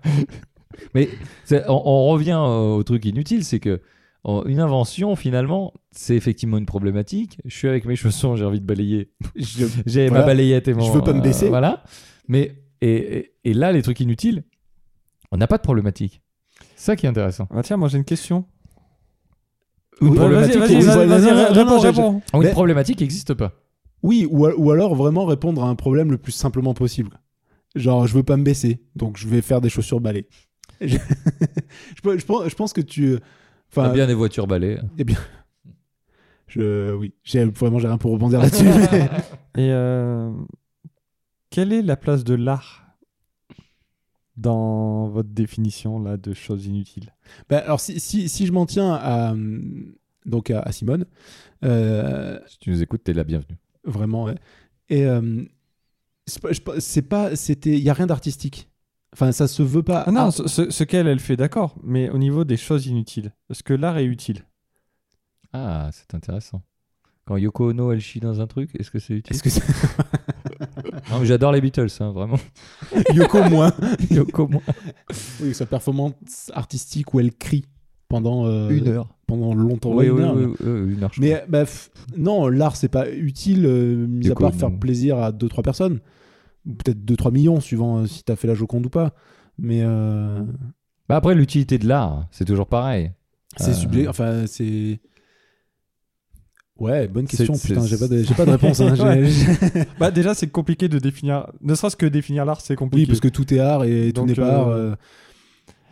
C: Mais c'est- on, on revient euh, au truc inutile, c'est que en- une invention, finalement, c'est effectivement une problématique. Je suis avec mes chaussons, j'ai envie de balayer.
A: ça. Je-
C: J'ai
A: Voilà.
C: ma balayette et mon. euh,
A: Je veux pas me baisser.
C: voilà. Mais et, et- et là, les trucs inutiles, on n'a pas de problématique. C'est ça qui est intéressant.
B: Ah, tiens, moi, j'ai une question.
A: Oui,
B: Bon, vas-y,
A: problématique,
B: vas-y,
A: oui,
B: vas-y,
A: voilà,
B: vas-y,
A: non, non,
B: réponds,
A: non, je-
B: réponds.
C: Ah oui,
A: Mais-
C: problématique n'existe pas.
A: Oui, ou, a- ou alors vraiment répondre à un problème le plus simplement possible. Genre, je veux pas me baisser, donc je vais faire des chaussures balai. Je, je pe- je pense, je pense que tu. euh,
C: On a
B: Ah,
A: Enfin,
C: bien des voitures balais.
A: je, oui, j'ai vraiment j'ai rien pour rebondir là-dessus. mais-
B: Et euh, quelle est la place de l'art dans votre définition là, de choses inutiles
A: Bah, alors, si, si, si je m'en tiens à, hum, donc à, à Simone, euh,
C: Si tu nous écoutes, t'es la bienvenue.
A: vraiment, ouais. et euh, c'est pas- je pe- c'est pas, c'était, il y a rien d'artistique. Enfin, ça se veut pas.
B: Ah non,
A: Ah,
B: ce, ce- ce qu'elle, elle fait, d'accord. Mais au niveau des choses inutiles, est-ce que l'art est utile
C: Ah, c'est intéressant. Quand Yoko Ono elle chie dans un truc, est-ce que c'est utile
A: Est-ce que c'est
C: Non, mais J'adore les Beatles, hein, vraiment.
A: Yoko moins
C: Yoko moins
A: Oui, sa performance artistique où elle crie pendant, euh,
C: une heure.
A: pendant longtemps.
C: Oui,
A: une
C: oui,
A: heure,
C: oui, oui, une heure. je
A: Mais euh, bah, f- non, l'art c'est pas utile, euh, mis à
C: Yoko
A: part
C: Ono.
A: faire plaisir à 2-3 personnes, Ou peut-être 2-3 millions suivant euh, si t'as fait la Joconde ou pas. Mais euh,
C: Bah après, l'utilité de l'art, c'est toujours pareil.
A: c'est
C: Euh.
A: subjectif, enfin c'est. Ouais, bonne
C: C'est-
A: question.
C: c'est-
A: Putain, j'ai pas de, j'ai pas de réponse. hein, j'ai-
B: Ouais.
A: j'ai-
B: Bah, déjà, c'est compliqué de définir. Ne serait-ce que définir l'art, c'est
A: Oui,
B: compliqué.
A: parce que tout est art et tout
B: Donc,
A: n'est pas
B: euh,
A: art. euh.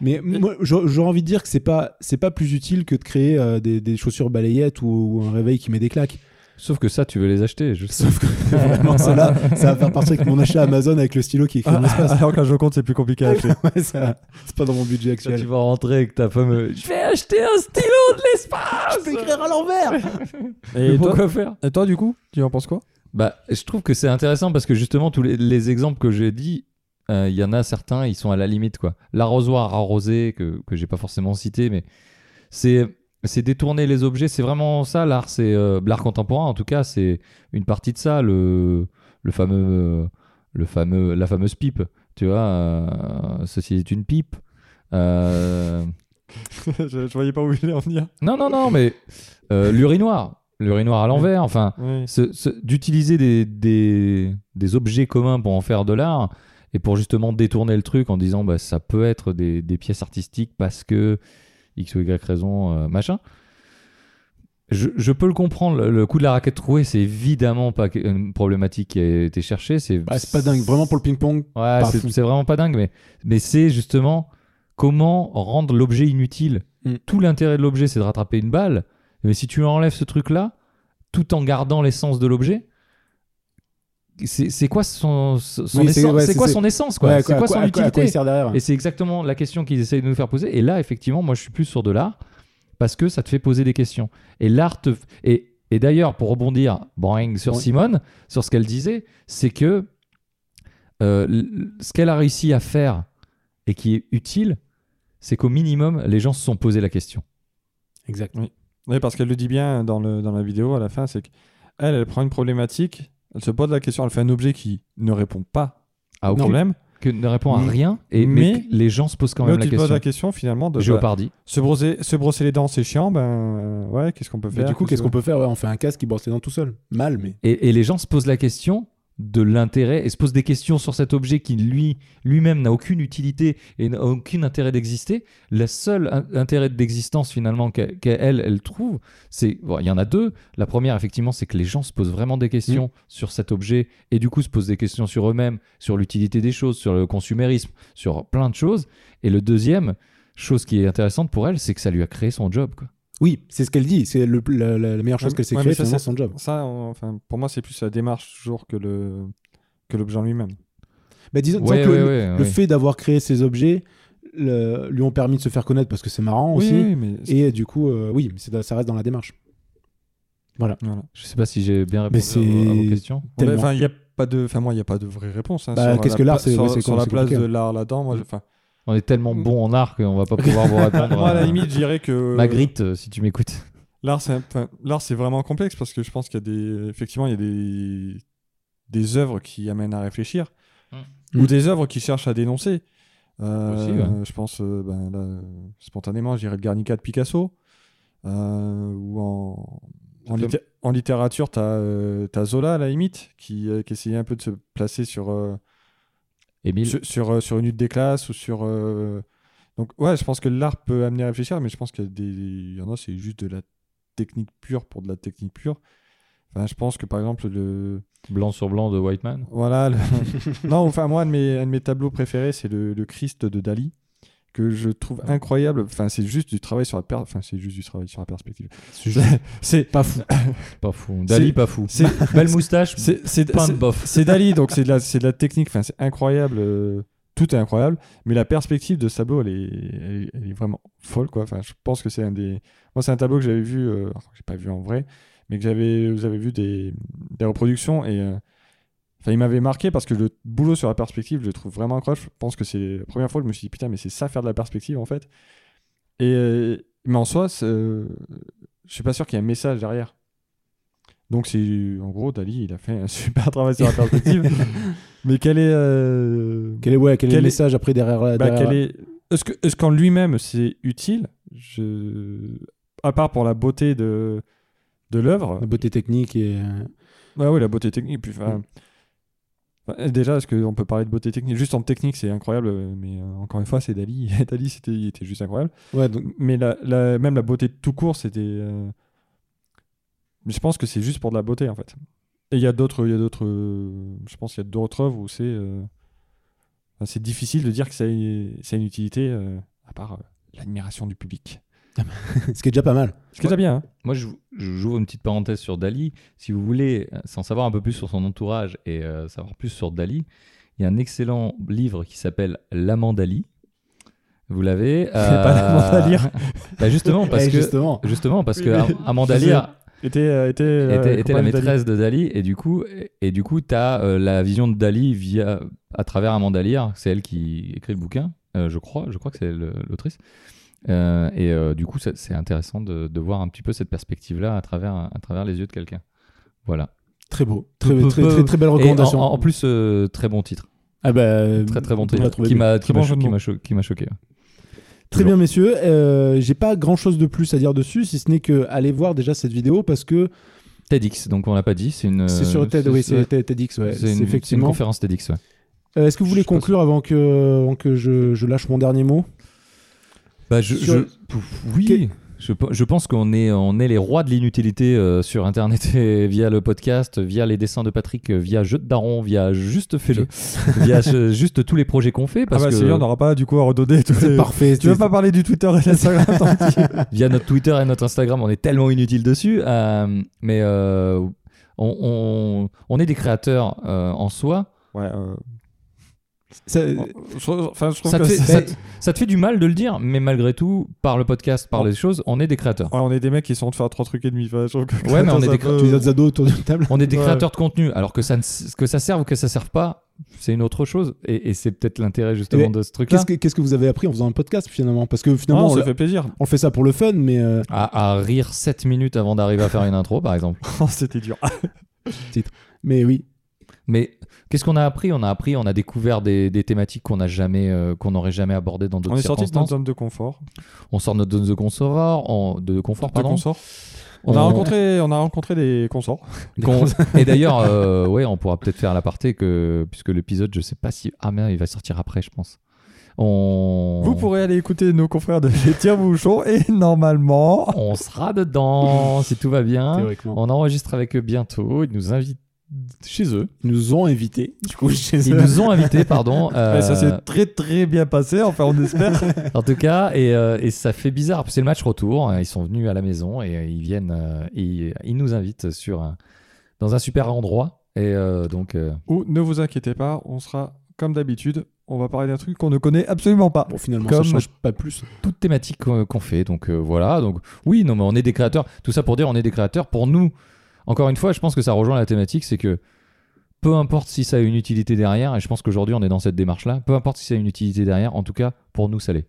A: Mais moi, j'a- j'aurais envie de dire que c'est pas, c'est pas plus utile que de créer euh, des, des chaussures balayettes ou, ou un réveil qui met des claques.
C: Sauf que ça, tu veux les acheter. Je sais.
A: Sauf que vraiment, celle-là, ça va faire partie avec mon achat Amazon avec le stylo qui écrit dans l'espace.
B: Ah, Alors qu'un compte c'est plus compliqué à acheter.
A: Ouais, ça- c'est pas dans mon budget
C: Quand tu
A: actuel.
C: vas rentrer avec ta fameuse. Je vais acheter un stylo de l'espace
A: Je peux écrire à l'envers
C: Mais
B: Et toi,
C: pourquoi faire
B: et toi, du coup, tu en penses quoi
C: Bah, je trouve que c'est intéressant parce que justement, tous les, les exemples que j'ai dit, euh, il y en a certains, ils sont à la limite, quoi. L'arrosoir arrosé, que, que j'ai pas forcément cité, mais c'est. C'est détourner les objets, c'est vraiment ça l'art, c'est euh, l'art contemporain en tout cas, c'est une partie de ça, le, le fameux, le fameux, la fameuse pipe, tu vois, euh, ceci est une pipe. Euh,
B: je, je voyais pas où il allait en venir.
C: non, non, non, mais euh, l'urinoir, l'urinoir à l'envers, enfin,
B: Oui.
C: ce- ce- d'utiliser des, des, des objets communs pour en faire de l'art et pour justement détourner le truc en disant bah, ça peut être des, des pièces artistiques parce que X ou Y raison, euh, machin. Je, je peux le comprendre, le, le coup de la raquette trouée, c'est évidemment pas que- une problématique qui a été cherchée. C'est
A: Bah, C'est pas dingue, vraiment pour le ping-pong.
C: Ouais,
A: Pas
C: c'est
A: fou.
C: c'est vraiment pas dingue, mais, mais c'est justement comment rendre l'objet inutile.
A: Mm.
C: Tout l'intérêt de l'objet, c'est de rattraper une balle. Mais si tu enlèves ce truc-là, tout en gardant l'essence de l'objet, c'est c'est quoi son, son
A: Oui, c'est-
C: essence
A: ouais,
C: C'est
A: c'est-
C: quoi
A: c'est-
C: son essence quoi
A: Ouais,
C: C'est quoi,
A: à
C: son
A: à à quoi il
C: utilité
A: sert derrière
C: Et c'est exactement la question qu'ils essayent de nous faire poser. Et là, effectivement, moi, je suis plus sur de l'art parce que ça te fait poser des questions. Et l'art te f- et, et d'ailleurs, pour rebondir, boing, sur
A: Oui.
C: Simone, sur ce qu'elle disait, c'est que euh, l- ce qu'elle a réussi à faire et qui est utile, c'est qu'au minimum, les gens se sont posés la question.
A: Exact.
B: Oui, parce qu'elle le dit bien dans, le, dans la vidéo à la fin, c'est qu'elle, elle prend une problématique, elle se pose la question, elle fait un objet qui ne répond pas
C: Ah,
B: au
C: ok.
B: problème,
C: Que ne répond à
B: Mais-
C: rien, et, mais,
B: mais-
C: que les gens se posent quand
B: mais
C: même
B: tu
C: la
B: te poses
C: question.
B: la question finalement de bah,
C: Géopardi.
B: se, brosser, se brosser les dents, c'est chiant, ben euh, ouais, qu'est-ce qu'on peut
A: Mais
B: faire
A: Bah, du coup, qu'est-ce qu'on
B: que-
A: peut faire Ouais, On fait un casque qui brosse les dents tout seul. Mal, mais.
C: Et, et les gens se posent la question de l'intérêt et se posent des questions sur cet objet qui lui lui-même n'a aucune utilité et n'a aucun intérêt d'exister. Le seul in- intérêt d'existence finalement qu'a- qu'elle elle trouve, c'est bon, il y en a deux. La première effectivement, c'est que les gens se posent vraiment des questions
A: Mmh.
C: sur cet objet et du coup se posent des questions sur eux-mêmes, sur l'utilité des choses, sur le consumérisme, sur plein de choses. Et le deuxième chose qui est intéressante pour elle, c'est que ça lui a créé son job. quoi.
A: Oui, c'est ce qu'elle dit. C'est le- la, la- la meilleure chose
B: Ouais,
A: qu'elle s'est
B: ouais,
A: créée,
B: mais ça,
A: finalement,
B: c'est-
A: son job.
B: Ça, on- enfin, pour moi, c'est plus la démarche toujours que le que l'objet en lui-même.
A: Bah, disons, disons
C: Ouais,
A: que
C: ouais,
A: le,
C: ouais,
A: le
C: ouais.
A: fait d'avoir créé ces objets le- lui ont permis de se faire connaître parce que c'est marrant aussi.
B: oui, mais
A: Et du coup, euh, oui, mais c'est- ça reste dans la démarche.
B: voilà.
C: Je sais pas si j'ai bien
A: Mais
C: répondu à vos- à vos
A: c'est-
C: questions.
A: Tellement.
B: Enfin, il y a pas de, enfin moi, il y a pas de vraie réponse. hein,
A: Bah,
B: sur
A: qu'est-ce
B: la
A: que l'art,
B: pla-
A: c'est-
B: sur,
A: ouais, c'est
B: sur la
A: c'est
B: place
A: compliqué.
B: de l'art là-dedans. Moi, je- enfin,
C: On est tellement bon en art qu'on va pas pouvoir vous répondre.
B: moi, à
C: euh,
B: la limite, je dirais que
C: Magritte, euh, si tu m'écoutes.
B: L'art, c'est un peu- l'art, c'est vraiment complexe parce que je pense qu'il y a des, effectivement, il y a des, des œuvres qui amènent à réfléchir
A: Mm.
B: ou des œuvres qui cherchent à dénoncer. Euh,
C: Mmh. Aussi, ouais.
B: Je pense, euh, ben, là, euh, spontanément, je dirais le Guernica de Picasso. Euh, ou en, en,
A: Tout à
B: litté- en littérature, t'as euh, t'as Zola à la limite qui, euh, qui essayait un peu de se placer sur. euh,
C: Émile,
B: sur, sur, euh, sur une lutte des classes ou sur. euh, Donc, ouais, je pense que l'art peut amener à réfléchir, mais je pense qu'il y a des- il y en a, c'est juste de la technique pure pour de la technique pure. Enfin, je pense que par exemple, le.
C: blanc sur blanc de Whiteman.
B: Voilà. le- non, enfin, moi, un de mes, un de mes tableaux préférés, c'est le, le Christ de Dali, que je trouve incroyable. Enfin, c'est juste du travail sur la, per- enfin, c'est juste du travail sur la perspective. C'est.
A: Pas fou.
C: Pas fou. Dali,
B: C'est-
C: pas fou.
B: c'est-
C: Belle moustache,
B: C'est. c'est-
C: pain de
B: c'est-
C: bof.
B: c'est Dali, donc c'est de la, c'est de la technique. Enfin, c'est incroyable. euh, tout est incroyable. Mais la perspective de ce tableau, elle est, elle est- elle est vraiment folle, quoi. Enfin, je pense que c'est un des. Moi, c'est un tableau que j'avais vu. euh, alors, que j'ai pas vu en vrai, mais que j'avais, j'avais vu des, des reproductions et. euh, Enfin, il m'avait marqué parce que le boulot sur la perspective, je le trouve vraiment incroyable. Je pense que c'est la première fois que je me suis dit, putain, mais c'est ça faire de la perspective en fait. Et, euh, mais en soi, c'est, euh, je suis pas sûr qu'il y ait un message derrière. Donc, c'est en gros, Dali, il a fait un super travail sur la perspective. mais quel est. euh,
A: Quel est, ouais, quel est le
B: Quel est-
A: message après derrière la.
B: bah,
A: derrière
B: quel
A: la-
B: est... Est-ce que- est-ce qu'en lui-même, c'est utile Je... À part pour la beauté de, de l'œuvre.
A: la beauté technique et. euh,
B: Ah oui, la beauté technique. Puis,
C: Mm.
B: enfin, enfin, eh, déjà, est-ce qu'on peut parler de beauté technique Juste en technique, c'est incroyable, mais euh, encore une fois, c'est Dali. Dali, c'était, il était juste incroyable.
A: Ouais, donc.
B: Mais la, la- même la beauté de tout court, c'était. euh, Je pense que c'est juste pour de la beauté, en fait. Et il y a d'autres. il y a d'autres, euh, Je pense qu'il y a d'autres œuvres où c'est. euh, enfin, c'est difficile de dire que ça a, ça a une utilité, euh, à part euh, l'admiration du public.
A: Ce qui est déjà pas mal.
B: Ce qui est déjà bien, hein.
C: Moi, je, je- j'ouvre une petite parenthèse sur Dali. Si vous voulez euh, s'en savoir un peu plus sur son entourage et euh, savoir plus sur Dali, il y a un excellent livre qui s'appelle L'amant Dali. Vous l'avez C'est
B: pas l'amant à lire.
C: bah justement, parce
A: Eh,
C: que
A: justement.
C: justement parce
B: Oui,
C: que
B: mais-
C: Am- Amanda
B: Je
C: Lear
B: Était, euh, était, euh,
C: était, était la
B: compagne de Dali.
C: maîtresse de Dali et du coup et, et du coup t'as euh, la vision de Dali via à travers Amanda Lear c'est elle qui écrit le bouquin euh, je crois je crois que c'est le- l'autrice Euh, et euh, du coup ça- c'est intéressant de, de voir un petit peu cette perspective là à travers à travers les yeux de quelqu'un voilà
A: Très beau. Très,
C: Peu- peu-
A: très,
C: peu-
A: très, très belle
C: et en,
A: recommandation.
C: en- en plus euh, très bon titre
A: Ah bah,
C: très très bon
A: on l'a
C: titre
A: trouvé
C: qui
A: bien.
C: m'a
B: Très
C: qui m'a
B: bon
C: cho-
B: jeu de
C: qui
B: mots.
C: m'a cho- qui m'a choqué
A: Très bien, messieurs. Euh, J'ai pas grand chose de plus à dire dessus, si ce n'est que allez voir déjà cette vidéo parce que
C: TEDx donc on l'a pas dit c'est une
A: c'est sur
C: euh,
A: TED, oui, c'est TED- TEDx, ouais.
C: c'est une-
A: C'est
C: c'est une
A: effectivement.
C: conférence TEDx ouais.
A: Euh, Est-ce que vous voulez
C: Je pense-
A: conclure avant que, avant que je, je lâche mon dernier mot
C: Bah, je,
A: Sur-
C: je- pouf, oui. Je, pe- je pense qu'on est, on est les rois de l'inutilité euh, sur Internet et via le podcast, via les dessins de Patrick, euh, via Jeu de Daron, via Juste Fais-le, via ce- juste tous les projets qu'on fait,
B: Ah
C: parce
B: bah, c'est
C: que
B: bien, on n'aura pas du coup à redonner. tous
A: C'est
B: les-
A: parfait.
B: Tu veux pas parler du Twitter et de l'Instagram tant pis.
C: via notre Twitter et notre Instagram, on est tellement inutile dessus. euh, mais euh, on, on- on est des créateurs euh, en soi.
B: Ouais, euh,
A: Ça-
B: je- enfin, je trouve
C: Ça te,
B: que
C: fait,
B: ça-
C: ça te- ça te fait du mal de le dire, mais malgré tout, par le podcast, par les choses, on est des créateurs.
B: Ouais, on est des mecs qui sont de faire trois trucs et demi. Enfin, je trouve que
C: Ouais, mais on
B: ça
C: est des
B: peut-
A: Tu les as ados autour de la table
C: On est des
B: Ouais.
C: créateurs de contenu, alors que ça, ne s- que ça serve ou que ça serve pas, c'est une autre chose. Et, et c'est peut-être l'intérêt justement
A: Mais
C: de ce truc-là.
A: Qu'est-ce que, qu'est-ce que vous avez appris en faisant un podcast finalement Parce que
B: Non,
A: finalement, on,
B: ça
A: le-
B: fait plaisir.
A: on fait ça pour le fun, mais euh,
C: À, à rire 7 minutes avant d'arriver à faire une intro, par exemple.
B: Oh, C'était dur.
A: mais oui.
C: Mais qu'est-ce qu'on a appris On a appris, on a découvert des, des thématiques qu'on n'a jamais, euh, qu'on n'aurait jamais abordées dans
B: On
C: d'autres
B: est sorti de notre
C: circonstances.
B: zone de confort.
C: On sort de notre zone de confort, en- de confort,
B: De
C: pardon.
B: consort. On, a rencontré, on a rencontré des consorts.
C: qu'on- Et d'ailleurs, euh, ouais, on pourra peut-être faire l'aparté que puisque l'épisode, je sais pas si ah merde, il va sortir après, je pense. On...
B: Vous pourrez aller écouter nos confrères de Les Tirs Bouchons et normalement.
C: on sera dedans si tout va bien.
A: Théoriquement.
C: On enregistre avec eux bientôt. Ils nous invitent chez eux.
A: Ils nous ont invités, du coup, chez
C: Ils
A: eux.
C: nous ont invités, pardon. euh,
B: Ouais, ça s'est très très bien passé, enfin on espère.
C: en tout cas, et, euh, et ça fait bizarre. C'est le match retour. Ils sont venus à la maison et euh, ils viennent. euh, et, ils nous invitent sur un- dans un super endroit. Et euh, donc, euh,
B: Ou ne vous inquiétez pas, on sera comme d'habitude, on va parler d'un truc qu'on ne connaît absolument pas.
A: Bon, finalement,
C: Comme-
A: ça change pas plus.
C: toute thématique qu'on qu'on fait. Donc euh, voilà. Donc oui, non, mais on est des créateurs. Tout ça pour dire, on est des créateurs. Pour nous, encore une fois, je pense que ça rejoint la thématique, c'est que peu importe si ça a une utilité derrière, et je pense qu'aujourd'hui on est dans cette démarche-là. Peu importe si ça a une utilité derrière, en tout cas pour nous ça l'est.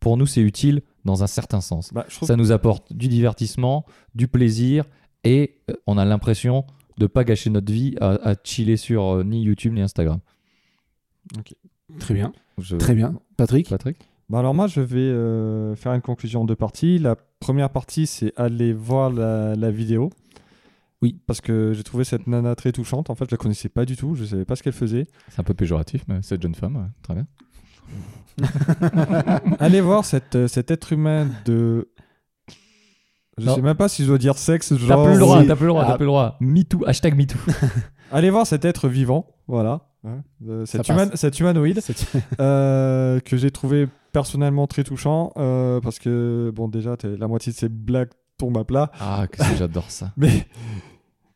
C: Pour nous, c'est utile dans un certain sens.
B: Bah, je trouve
C: Ça nous apporte du divertissement, du plaisir, et euh, on a l'impression de pas gâcher notre vie à, à chiller sur euh, ni YouTube ni Instagram.
A: Très bien.
C: Je-
A: Très bien. Patrick
C: Patrick
B: Bah alors moi je vais euh, faire une conclusion en deux parties. La première partie c'est aller voir la, la vidéo.
A: Oui.
B: Parce que j'ai trouvé cette nana très touchante. En fait je la connaissais pas du tout, je savais pas ce qu'elle faisait.
C: C'est un peu péjoratif, mais cette jeune femme, ouais, très bien.
B: Allez voir cette, euh, cet être humain de... Je
C: Non.
B: sais même pas si je dois dire sexe,
C: T'as
B: genre... euh,
C: plus le droit,
A: si-
C: t'as plus le droit,
A: Ah.
C: t'as plus le droit. MeToo, hashtag MeToo.
B: Allez voir cet être vivant, voilà. Hein, euh, cet,
A: Ça passe.
B: human- cet humanoïde euh, que j'ai trouvé personnellement très touchant euh, parce que, bon, déjà, t'es- la moitié de ses blagues tombent à plat.
C: Ah, que c'est- j'adore ça.
B: Mais,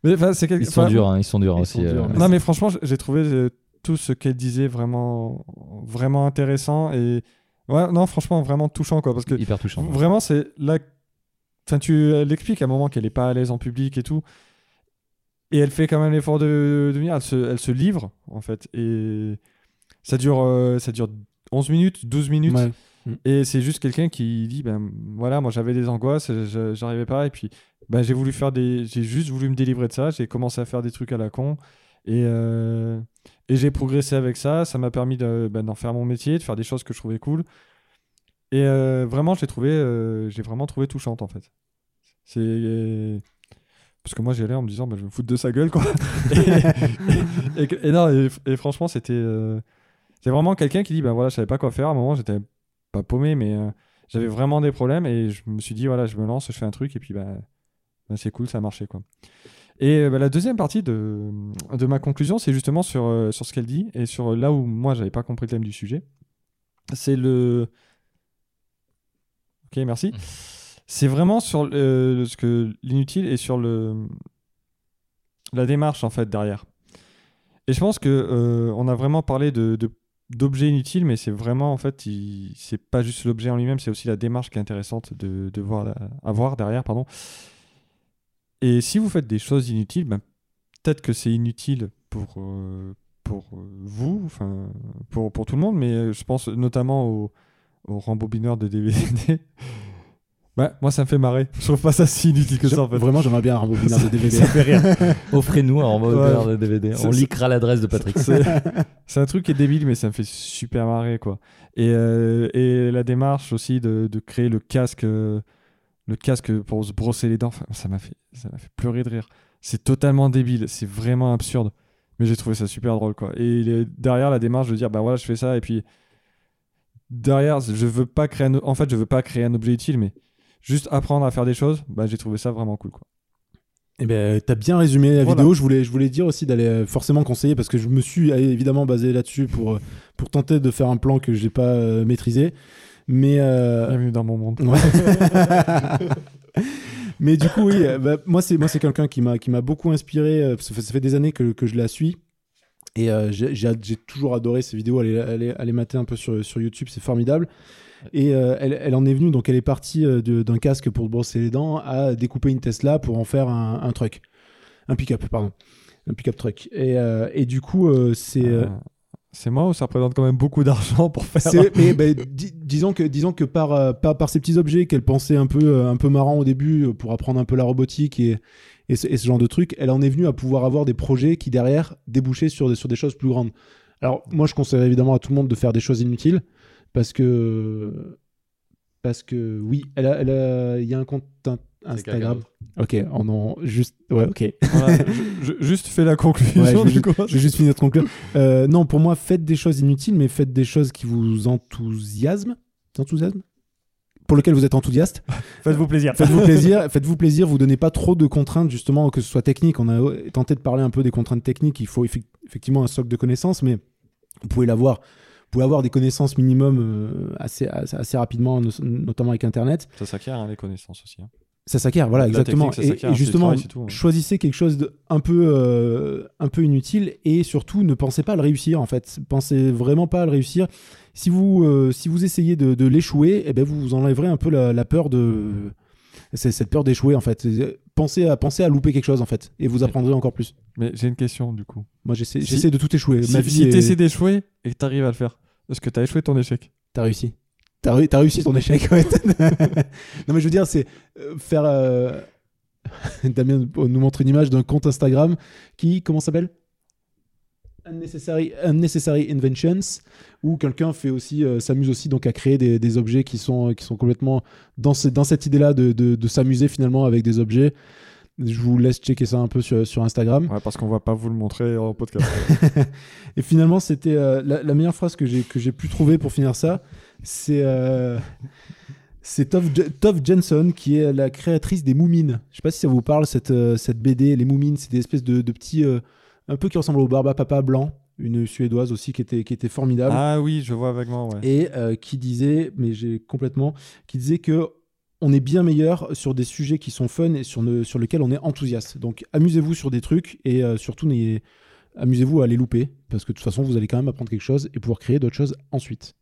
B: mais enfin, c'est quelque
C: Ils sont
B: enfin,
C: durs, hein, ils sont durs
A: Ils
C: aussi.
A: sont durs,
C: euh,
A: mais
B: Non, mais franchement, j- j'ai trouvé euh, tout ce qu'elle disait vraiment, vraiment intéressant et ouais, non, franchement, vraiment touchant quoi, parce que
C: hyper touchant. ouais.
B: vraiment, c'est là. Enfin, tu elle explique à un moment qu'elle est pas à l'aise en public et tout, et elle fait quand même l'effort de, de venir. Elle se, elle se livre en fait, et ça dure, euh, ça dure 11 minutes, 12 minutes.
A: Ouais. Mm.
B: Et c'est juste quelqu'un qui dit ben voilà, moi j'avais des angoisses, je- j'arrivais pas, et puis ben, j'ai voulu faire des, j'ai juste voulu me délivrer de ça, j'ai commencé à faire des trucs à la con, et euh, et j'ai progressé avec ça, ça m'a permis de- ben, d'en faire mon métier, de faire des choses que je trouvais cool, et euh, vraiment j'ai trouvé, euh, j'ai vraiment trouvé touchante en fait. C'est parce que moi j'y allais en me disant ben, je vais me foutre de sa gueule quoi. et, et- et non, et, et franchement c'était euh, c'est vraiment quelqu'un qui dit ben voilà je savais pas quoi faire à un moment j'étais pas paumé mais euh, j'avais vraiment des problèmes et je me suis dit voilà je me lance je fais un truc et puis ben, ben, c'est cool ça a marché quoi et euh, ben, la deuxième partie de, de ma conclusion c'est justement sur, euh, sur ce qu'elle dit et sur euh, là où moi j'avais pas compris le thème du sujet c'est le ok merci c'est vraiment sur euh, ce que l'inutile et sur le la démarche en fait derrière et je pense que euh, on a vraiment parlé de, de- d'objets inutiles, mais c'est vraiment en fait, il- c'est pas juste l'objet en lui-même, c'est aussi la démarche qui est intéressante de, de voir, la- à voir derrière, pardon. Et si vous faites des choses inutiles, ben, peut-être que c'est inutile pour euh, pour euh, vous, enfin pour pour tout le monde, mais euh, je pense notamment aux au rembobineurs de DVD. Ouais, Ben, moi ça me fait marrer. Je trouve pas ça si inutile que ça en fait.
A: Vraiment, j'aimerais bien un rembobineur de DVD.
B: fait rire.
C: Offrez-nous un rembobineur
B: Ouais.
C: de DVD.
B: C'est-
C: On liquera l'adresse de Patrick.
B: C'est c'est un truc qui est débile, mais ça me fait super marrer, quoi. Et, euh, et la démarche aussi de, de créer le casque, euh, le casque pour se brosser les dents, enfin, ça m'a fait, ça m'a fait pleurer de rire. C'est totalement débile, c'est vraiment absurde, mais j'ai trouvé ça super drôle, quoi. Et il est- derrière la démarche de dire, bah voilà, je fais ça, et puis derrière, je veux pas créer, un, o- en fait, je veux pas créer un objet utile, mais juste apprendre à faire des choses, bah j'ai trouvé ça vraiment cool, quoi.
A: Eh ben, t'as bien résumé la
B: Voilà.
A: vidéo. Je voulais, je voulais dire aussi d'aller euh, forcément conseiller parce que je me suis euh, évidemment basé là-dessus pour, euh, pour tenter de faire un plan que j'ai pas euh, maîtrisé. Mais euh,
B: Bienvenue dans mon monde.
A: Ouais. Mais du coup, oui, euh, bah, moi, c'est, moi, c'est quelqu'un qui m'a, qui m'a beaucoup inspiré. euh, parce que ça fait des années que, que je la suis. Et euh, j'ai, j'ai, j'ai toujours adoré ses vidéos. Allez, allez, allez mater un peu sur, sur YouTube, c'est formidable. Et euh, elle, elle en est venue, donc elle est partie euh, de- d'un casque pour te brosser les dents à découper une Tesla pour en faire un, un truck. Un pick-up, pardon. Un pick-up truck. Et, euh, et du coup, euh, c'est. euh,
B: Euh, C'est moi ou ça représente quand même beaucoup d'argent pour faire
A: c'est- mais ben, di- disons que disons que par, euh, par par ces petits objets qu'elle pensait un peu euh, un peu marrant au début euh, pour apprendre un peu la robotique et et ce, et ce genre de truc, elle en est venue à pouvoir avoir des projets qui derrière débouchaient sur des, sur des choses plus grandes. Alors moi je conseille évidemment à tout le monde de faire des choses inutiles parce que parce que oui, elle a- elle a- il y a un compte in- Instagram. Ok, on en juste ouais ok.
B: Voilà, je- je- juste fais la conclusion
A: Ouais, je vais
B: du coup.
A: Je vais juste finir de conclure. Euh, non, pour moi, faites des choses inutiles, mais faites des choses qui vous enthousiasment. Enthousiasme Pour lequel vous êtes enthousiaste.
B: Faites-vous plaisir.
A: Faites-vous plaisir, faites-vous plaisir, vous donnez pas trop de contraintes, justement, que ce soit technique. On a euh, tenté de parler un peu des contraintes techniques. Il faut effe- effectivement un socle de connaissances, mais vous pouvez l'avoir. Vous pouvez avoir des connaissances minimum euh, assez, assez, assez rapidement, no- notamment avec Internet.
B: Ça s'acquiert hein, les connaissances aussi. hein.
A: Ça s'acquiert, voilà,
B: La
A: exactement.
B: technique, ça
A: Et-
B: s'acquiert,
A: et
B: c'est du
A: justement,
B: travail, c'est tout, hein.
A: choisissez quelque chose de un peu euh, un peu inutile et surtout ne pensez pas à le réussir en fait pensez vraiment pas à le réussir si vous euh, si vous essayez de, de l'échouer eh ben vous vous enlèverez un peu la, la peur de c'est cette peur d'échouer en fait C'est- pensez à penser à louper quelque chose en fait et vous apprendrez encore plus
B: Mais j'ai une question du coup.
A: moi j'essaie
B: Si-
A: j'essaie de tout échouer ma
B: Si,
A: vie
B: si
A: est-
B: t'essaies d'échouer et que t'arrives à le faire, est-ce que t'as échoué ton échec
A: T'as réussi. T'as, réu- t'as réussi ton échec, ouais. non, mais je veux dire, c'est euh, faire. euh, Damien nous montre une image d'un compte Instagram qui, comment ça s'appelle Unnecessary, Unnecessary Inventions, où quelqu'un fait aussi, euh, s'amuse aussi donc à créer des, des objets qui sont, qui sont complètement dans, ce- dans cette idée-là de, de- de s'amuser finalement avec des objets. Je vous laisse checker ça un peu sur, sur Instagram.
B: Ouais, parce qu'on va pas vous le montrer en podcast.
A: Et finalement, c'était euh, la, la meilleure phrase que j'ai que j'ai pu trouver pour finir ça, c'est euh, c'est Tove Je- Tove Jensen qui est la créatrice des Moumines. Je sais pas si ça vous parle cette euh, cette BD les Moumines, c'est des espèces de, de petits euh, un peu qui ressemblent au Barba Papa blanc, une suédoise aussi qui était qui était formidable
B: ah oui, je vois vaguement. Ouais.
A: et euh, qui disait, mais j'ai complètement, qui disait que on est bien meilleur sur des sujets qui sont fun et sur, ne- sur lesquels on est enthousiaste. Donc amusez-vous sur des trucs et euh, surtout n'ayez- amusez-vous à les louper parce que de toute façon vous allez quand même apprendre quelque chose et pouvoir créer d'autres choses ensuite.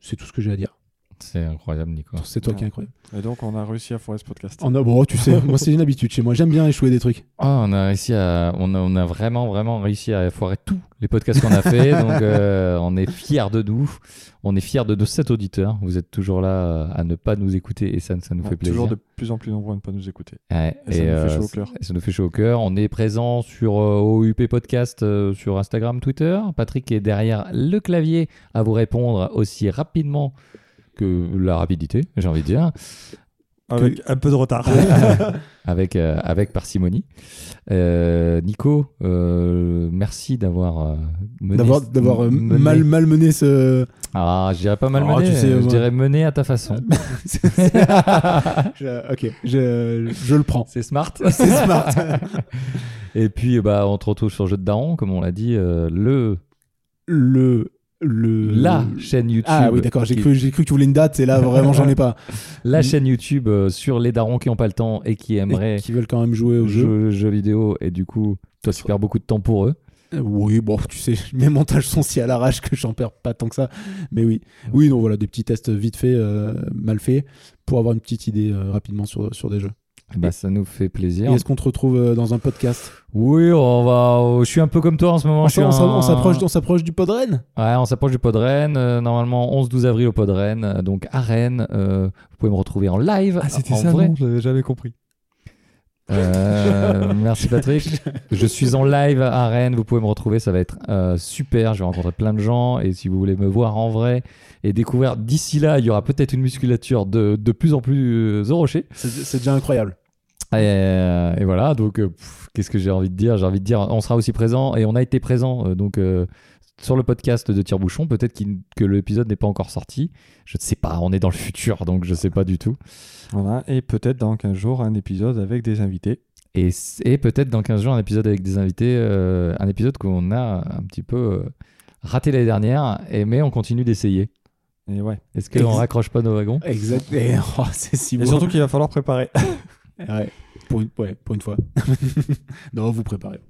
A: C'est tout ce que j'ai à dire.
C: C'est incroyable, Nico.
A: C'est toi qui es
B: Ouais.
A: incroyable.
B: Et donc, on a réussi à forer ce podcast.
A: En a- bon, tu sais, moi c'est une habitude chez moi. J'aime bien échouer des trucs.
C: Ah, on a réussi à, on a, on a vraiment, vraiment réussi à foirer tous les podcasts qu'on a fait. donc, euh, on est fiers de nous. On est fiers de, de cet auditeur. Vous êtes toujours là euh, à ne pas nous écouter et ça, ça nous
B: Ouais,
C: fait plaisir.
B: Toujours de plus en plus nombreux à ne pas nous écouter.
C: Ouais,
B: Et ça nous fait chaud au
C: c-
B: cœur.
C: et euh, ça nous fait chaud au cœur. On est présent sur euh, OUP Podcast euh, sur Instagram, Twitter. Patrick est derrière le clavier à vous répondre aussi rapidement que la rapidité, j'ai envie de dire,
B: Avec un peu de retard.
C: avec, euh, avec parcimonie. Euh, Nico, euh, merci d'avoir euh, mené-
A: D'avoir d'avoir euh,
C: mené-
A: mal malmené ce.
C: Ah, je dirais pas mal
A: Oh,
C: mené, euh,
A: tu sais,
C: je
A: moi-
C: dirais mené à ta façon.
A: Je- ok, je, je le prends.
C: C'est smart.
A: C'est smart.
C: Et puis, bah, on te retrouve sur Jeu de Daron, comme on l'a dit, euh, le,
A: le le
C: la chaîne YouTube.
A: Ah oui, d'accord. J'ai
C: qui-
A: cru, j'ai cru que tu voulais une date. C'est là vraiment, j'en ai pas.
C: La chaîne YouTube euh, sur les darons qui n'ont pas le temps et qui aimeraient
A: Qui veulent quand même jouer au
C: jouer
A: jeu.
C: aux jeux vidéo et du coup, toi tu perds beaucoup de temps pour eux.
A: Euh, Oui, bon, tu sais, mes montages sont si à l'arrache que j'en perds pas tant que ça. Mais oui, oui, donc voilà, des petits tests vite faits, euh, mal faits, pour avoir une petite idée euh, rapidement sur sur des jeux.
C: Eh ben, ça nous fait
A: Et
C: plaisir.
A: est-ce qu'on te retrouve euh, dans un podcast
C: Oui, on va. oh, Je suis un peu comme toi en ce moment.
A: On
C: je suis
A: s'en- on s'en-
C: un-
A: on s'approche, on s'approche du Podren.
C: Ouais, on s'approche du Podren. euh, normalement, 11-12 avril au Podren, euh, donc à Rennes. euh, vous pouvez me retrouver en
A: Ah,
C: live. en vrai.
B: je l'avais jamais compris.
C: Euh, merci Patrick. Je suis en live à Rennes, vous pouvez me retrouver, ça va être euh, super, je vais rencontrer plein de gens et si vous voulez me voir en vrai et découvrir d'ici là, il y aura peut-être une musculature de, de plus en plus euh, au rocher.
A: C'est- C'est déjà incroyable.
C: Et, euh, et voilà, donc euh, pff, qu'est-ce que j'ai envie de dire J'ai envie de dire, on sera aussi présent et on a été présent donc euh, sur le podcast de Tire Bouchon. Peut-être qu'il- que l'épisode n'est pas encore sorti, je ne sais pas. On est dans le futur, donc je ne sais pas du tout.
B: Voilà, et peut-être dans 15 jours, un épisode avec des invités.
C: Et, c- et peut-être dans 15 jours, un épisode avec des invités, euh, un épisode qu'on a un petit peu euh, raté l'année dernière, et, mais on continue d'essayer.
B: Et ouais.
C: Est-ce qu'on
A: Ex-
C: raccroche pas nos wagons
A: Exact. Et, oh, c'est si
B: Et
A: beau.
B: surtout qu'il va falloir préparer.
A: Ouais, pour une, ouais, pour une fois. non, vous préparez.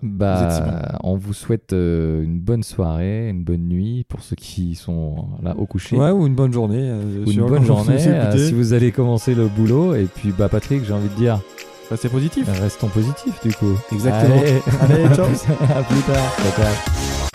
C: bah,
A: êtes si
C: On vous souhaite euh, une bonne soirée, une bonne nuit pour ceux qui sont là au coucher.
B: Ouais, ou une bonne journée. euh,
C: Ou une
B: sur-
C: bonne
B: quand vous
C: journée
B: écoutez.
C: euh, si vous allez commencer le boulot. Et puis, bah, Patrick, j'ai envie de dire,
B: Restez Bah, positif.
C: restons positifs du coup.
A: Exactement.
C: Allez,
B: Allez, ciao.
C: à plus tard. Ciao, ciao.